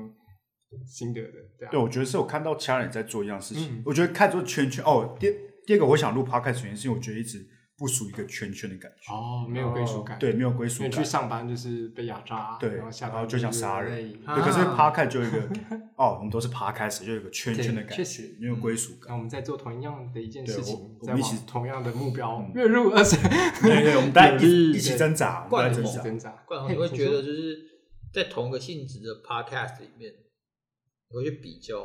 Speaker 1: 心得的，对啊。
Speaker 2: 对，我觉得是我看到其他人在做一样事情
Speaker 1: 嗯，
Speaker 2: 我觉得看做圈圈哦。第第二个我想录 podcast 的原因是因为我觉得一直不属于一个圈圈的感觉，
Speaker 1: 哦，没有归属感，
Speaker 2: 对，，没有归属
Speaker 1: 因为
Speaker 2: 感。
Speaker 1: 去上班就是被压榨，
Speaker 2: 对
Speaker 1: 然后下
Speaker 2: 然后
Speaker 1: 班
Speaker 2: 就想杀人
Speaker 1: 累
Speaker 3: 啊
Speaker 2: 对，可是 podcast 就有 一个哦，我们都是 podcast，就有一个圈圈的感
Speaker 1: 对确
Speaker 2: 觉
Speaker 1: 实，嗯
Speaker 2: 没有归属 感
Speaker 1: 那。我们在做同样的一件
Speaker 2: 对
Speaker 1: 事
Speaker 2: 我
Speaker 1: 情，
Speaker 2: 我
Speaker 1: 在
Speaker 2: 们一起
Speaker 1: 往同样的目标
Speaker 2: 嗯
Speaker 1: 月入二十，
Speaker 2: 对对，我们大家
Speaker 1: 有
Speaker 2: 一
Speaker 1: 力
Speaker 2: 一起
Speaker 1: 对
Speaker 2: 挣扎，我
Speaker 3: 怪
Speaker 2: 们
Speaker 3: 你
Speaker 2: 在
Speaker 1: 一
Speaker 2: 挣
Speaker 1: 起
Speaker 2: 扎。
Speaker 1: 挣扎。
Speaker 3: 冠宏，
Speaker 1: 嘿
Speaker 3: 你会
Speaker 1: 请
Speaker 3: 觉
Speaker 1: 说
Speaker 3: 得就是在同一个性质的 podcast 里面，你会去比较，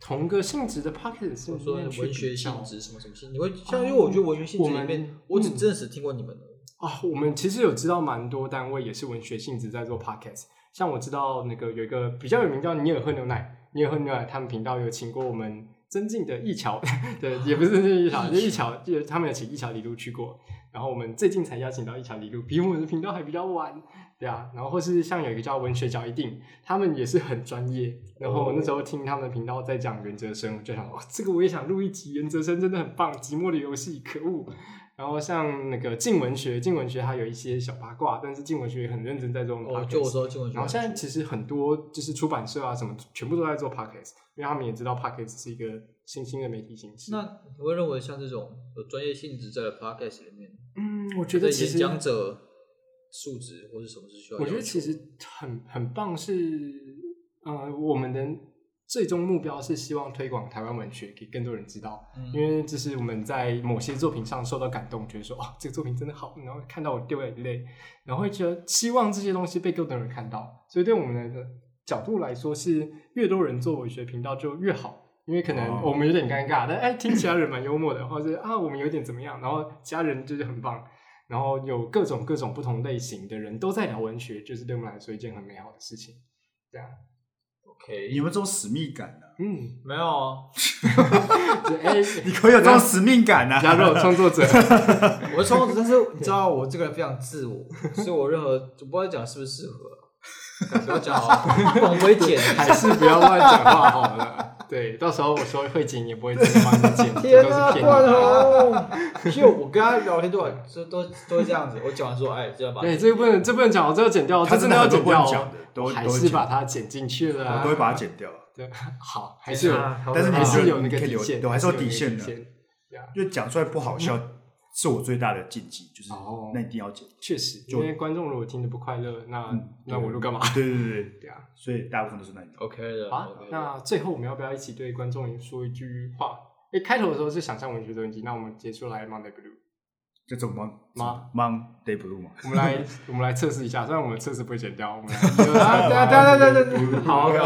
Speaker 1: 同个性质的 p o c k e t 是
Speaker 3: 或者说
Speaker 1: 里面去
Speaker 3: 文学
Speaker 1: 比较
Speaker 3: 性质什么什么性质，你会像因为我觉得文学性质里
Speaker 1: 我
Speaker 3: 面
Speaker 1: 们，
Speaker 3: 我只真实听过你们的，
Speaker 1: 啊。我们其实有知道蛮多单位也是文学性质在做 p o c k e t 像我知道那个有一个比较有名叫尼尔喝牛奶，尼尔喝牛奶他们频道有请过我们曾静的易桥，对，也不是曾静的易桥，就易桥，就他们有请易桥李路去过。然后我们最近才邀请到易桥李路，比我们的频道还比较晚，对啊。然后或是像有一个叫文学角一定，他们也是很专业。然后我那时候听他们的频道在讲袁哲生，我就想，哇，这个我也想录一集，袁哲生真的很棒，《寂寞的游戏》可恶。然后像那个静文学，静文学它有一些小八卦，但是静文学也很认真在做我们 podcast。
Speaker 3: 哦，就我说新闻学，
Speaker 1: 然后现在其实很多就是出版社啊什么，全部都在做 podcast，因为他们也知道 podcast 是一个新兴的媒体形式。
Speaker 3: 那你会认为像这种有专业性质在的 podcast 里面，
Speaker 1: 嗯，我觉得
Speaker 3: 在
Speaker 1: 其
Speaker 3: 演
Speaker 1: 实，
Speaker 3: 讲者素质或是什么是需要要求，
Speaker 1: 我觉得其实很很棒是，呃，我们的最终目标是希望推广台湾文学给更多人知道，
Speaker 3: 嗯
Speaker 1: 因为就是我们在某些作品上受到感动，觉得说哦这个作品真的好，然后看到我掉眼泪，然后会觉得希望这些东西被更多人看到，所以对我们的角度来说是越多人做文学频道就越好。因为可能
Speaker 2: 哦
Speaker 1: 我们有点尴尬，但哎，听其他人蛮幽默的，或者是啊，我们有点怎么样，然后其他人就是很棒，然后有各种各种不同类型的人都在聊文学，就是对我们来说一件很美好的事情。对啊，
Speaker 3: OK，
Speaker 2: 你有没有这种使命感呢？
Speaker 1: 嗯，
Speaker 3: 没有啊，
Speaker 1: 就哎，
Speaker 2: 你可以有这种使命感呢？
Speaker 1: 加入创作者，
Speaker 3: 我是创作者，但是你知道我这个人非常 自我，所以我任何我不知道讲是不是适合啊，不 要讲啊，我不会剪。
Speaker 1: 还是不要乱讲话好了。对，到时候我说会剪，也不会真的帮你剪，
Speaker 3: 天
Speaker 1: 都
Speaker 3: 啊，
Speaker 1: 是骗你的。
Speaker 3: 宏！就我跟他聊天都很都都都会这样子，我讲完说，哎，这样吧，
Speaker 1: 对，这个不能，这不能讲，我这要剪掉，
Speaker 2: 他
Speaker 1: 这真
Speaker 2: 真的
Speaker 1: 要
Speaker 2: 很多
Speaker 1: 剪
Speaker 2: 不能
Speaker 1: 掉
Speaker 2: 讲
Speaker 1: 哦
Speaker 2: 的，，都
Speaker 1: 还
Speaker 2: 都会
Speaker 1: 是
Speaker 2: 剪
Speaker 1: 把它剪进去了啊。
Speaker 2: 我都会把它剪掉。
Speaker 1: 对，好，还是有，
Speaker 3: 啊
Speaker 2: 但是你
Speaker 1: 还
Speaker 2: 觉得
Speaker 1: 是有
Speaker 2: 你
Speaker 1: 那个
Speaker 2: 可以
Speaker 1: 底
Speaker 2: 留
Speaker 1: 线，
Speaker 2: 对还是有
Speaker 1: 有
Speaker 2: 底线
Speaker 1: 线
Speaker 2: 的
Speaker 1: 对啊，
Speaker 2: 就讲出来不 好笑，是我最大的禁忌，就是
Speaker 1: 哦
Speaker 2: 那一定要剪。
Speaker 1: 确实，
Speaker 2: 就
Speaker 1: 因为观众如果听得不快乐，那、
Speaker 2: 嗯
Speaker 1: 那我录干嘛？
Speaker 2: 对对对对，
Speaker 1: 对啊，
Speaker 2: 所以大部分都是那一种。
Speaker 3: OK 的
Speaker 1: 好啊
Speaker 3: ，OK 的，
Speaker 1: 那最后我们要不要一起对观众说一句话？诶，开头的时候是想象文学的问题，那我们结束来 Monday Blue，
Speaker 2: 就这种 mon
Speaker 1: 吗
Speaker 2: Monday Blue 嘛。
Speaker 1: 我们来我们来测试一下，虽然我们测试不会剪掉，我们来
Speaker 3: 啊，对啊，对啊，对啊对啊对啊对啊，好，OK，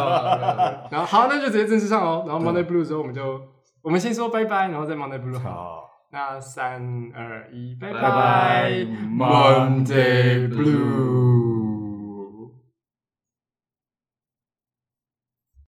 Speaker 1: 然后好，那就直接正式上哦。然后
Speaker 2: 对
Speaker 1: Monday Blue 之后，我们就我们先说拜拜，然后再 Monday Blue 好。
Speaker 2: 好
Speaker 1: 那三二一，拜
Speaker 3: 拜
Speaker 2: 拜
Speaker 1: 拜
Speaker 2: Monday
Speaker 1: Blue。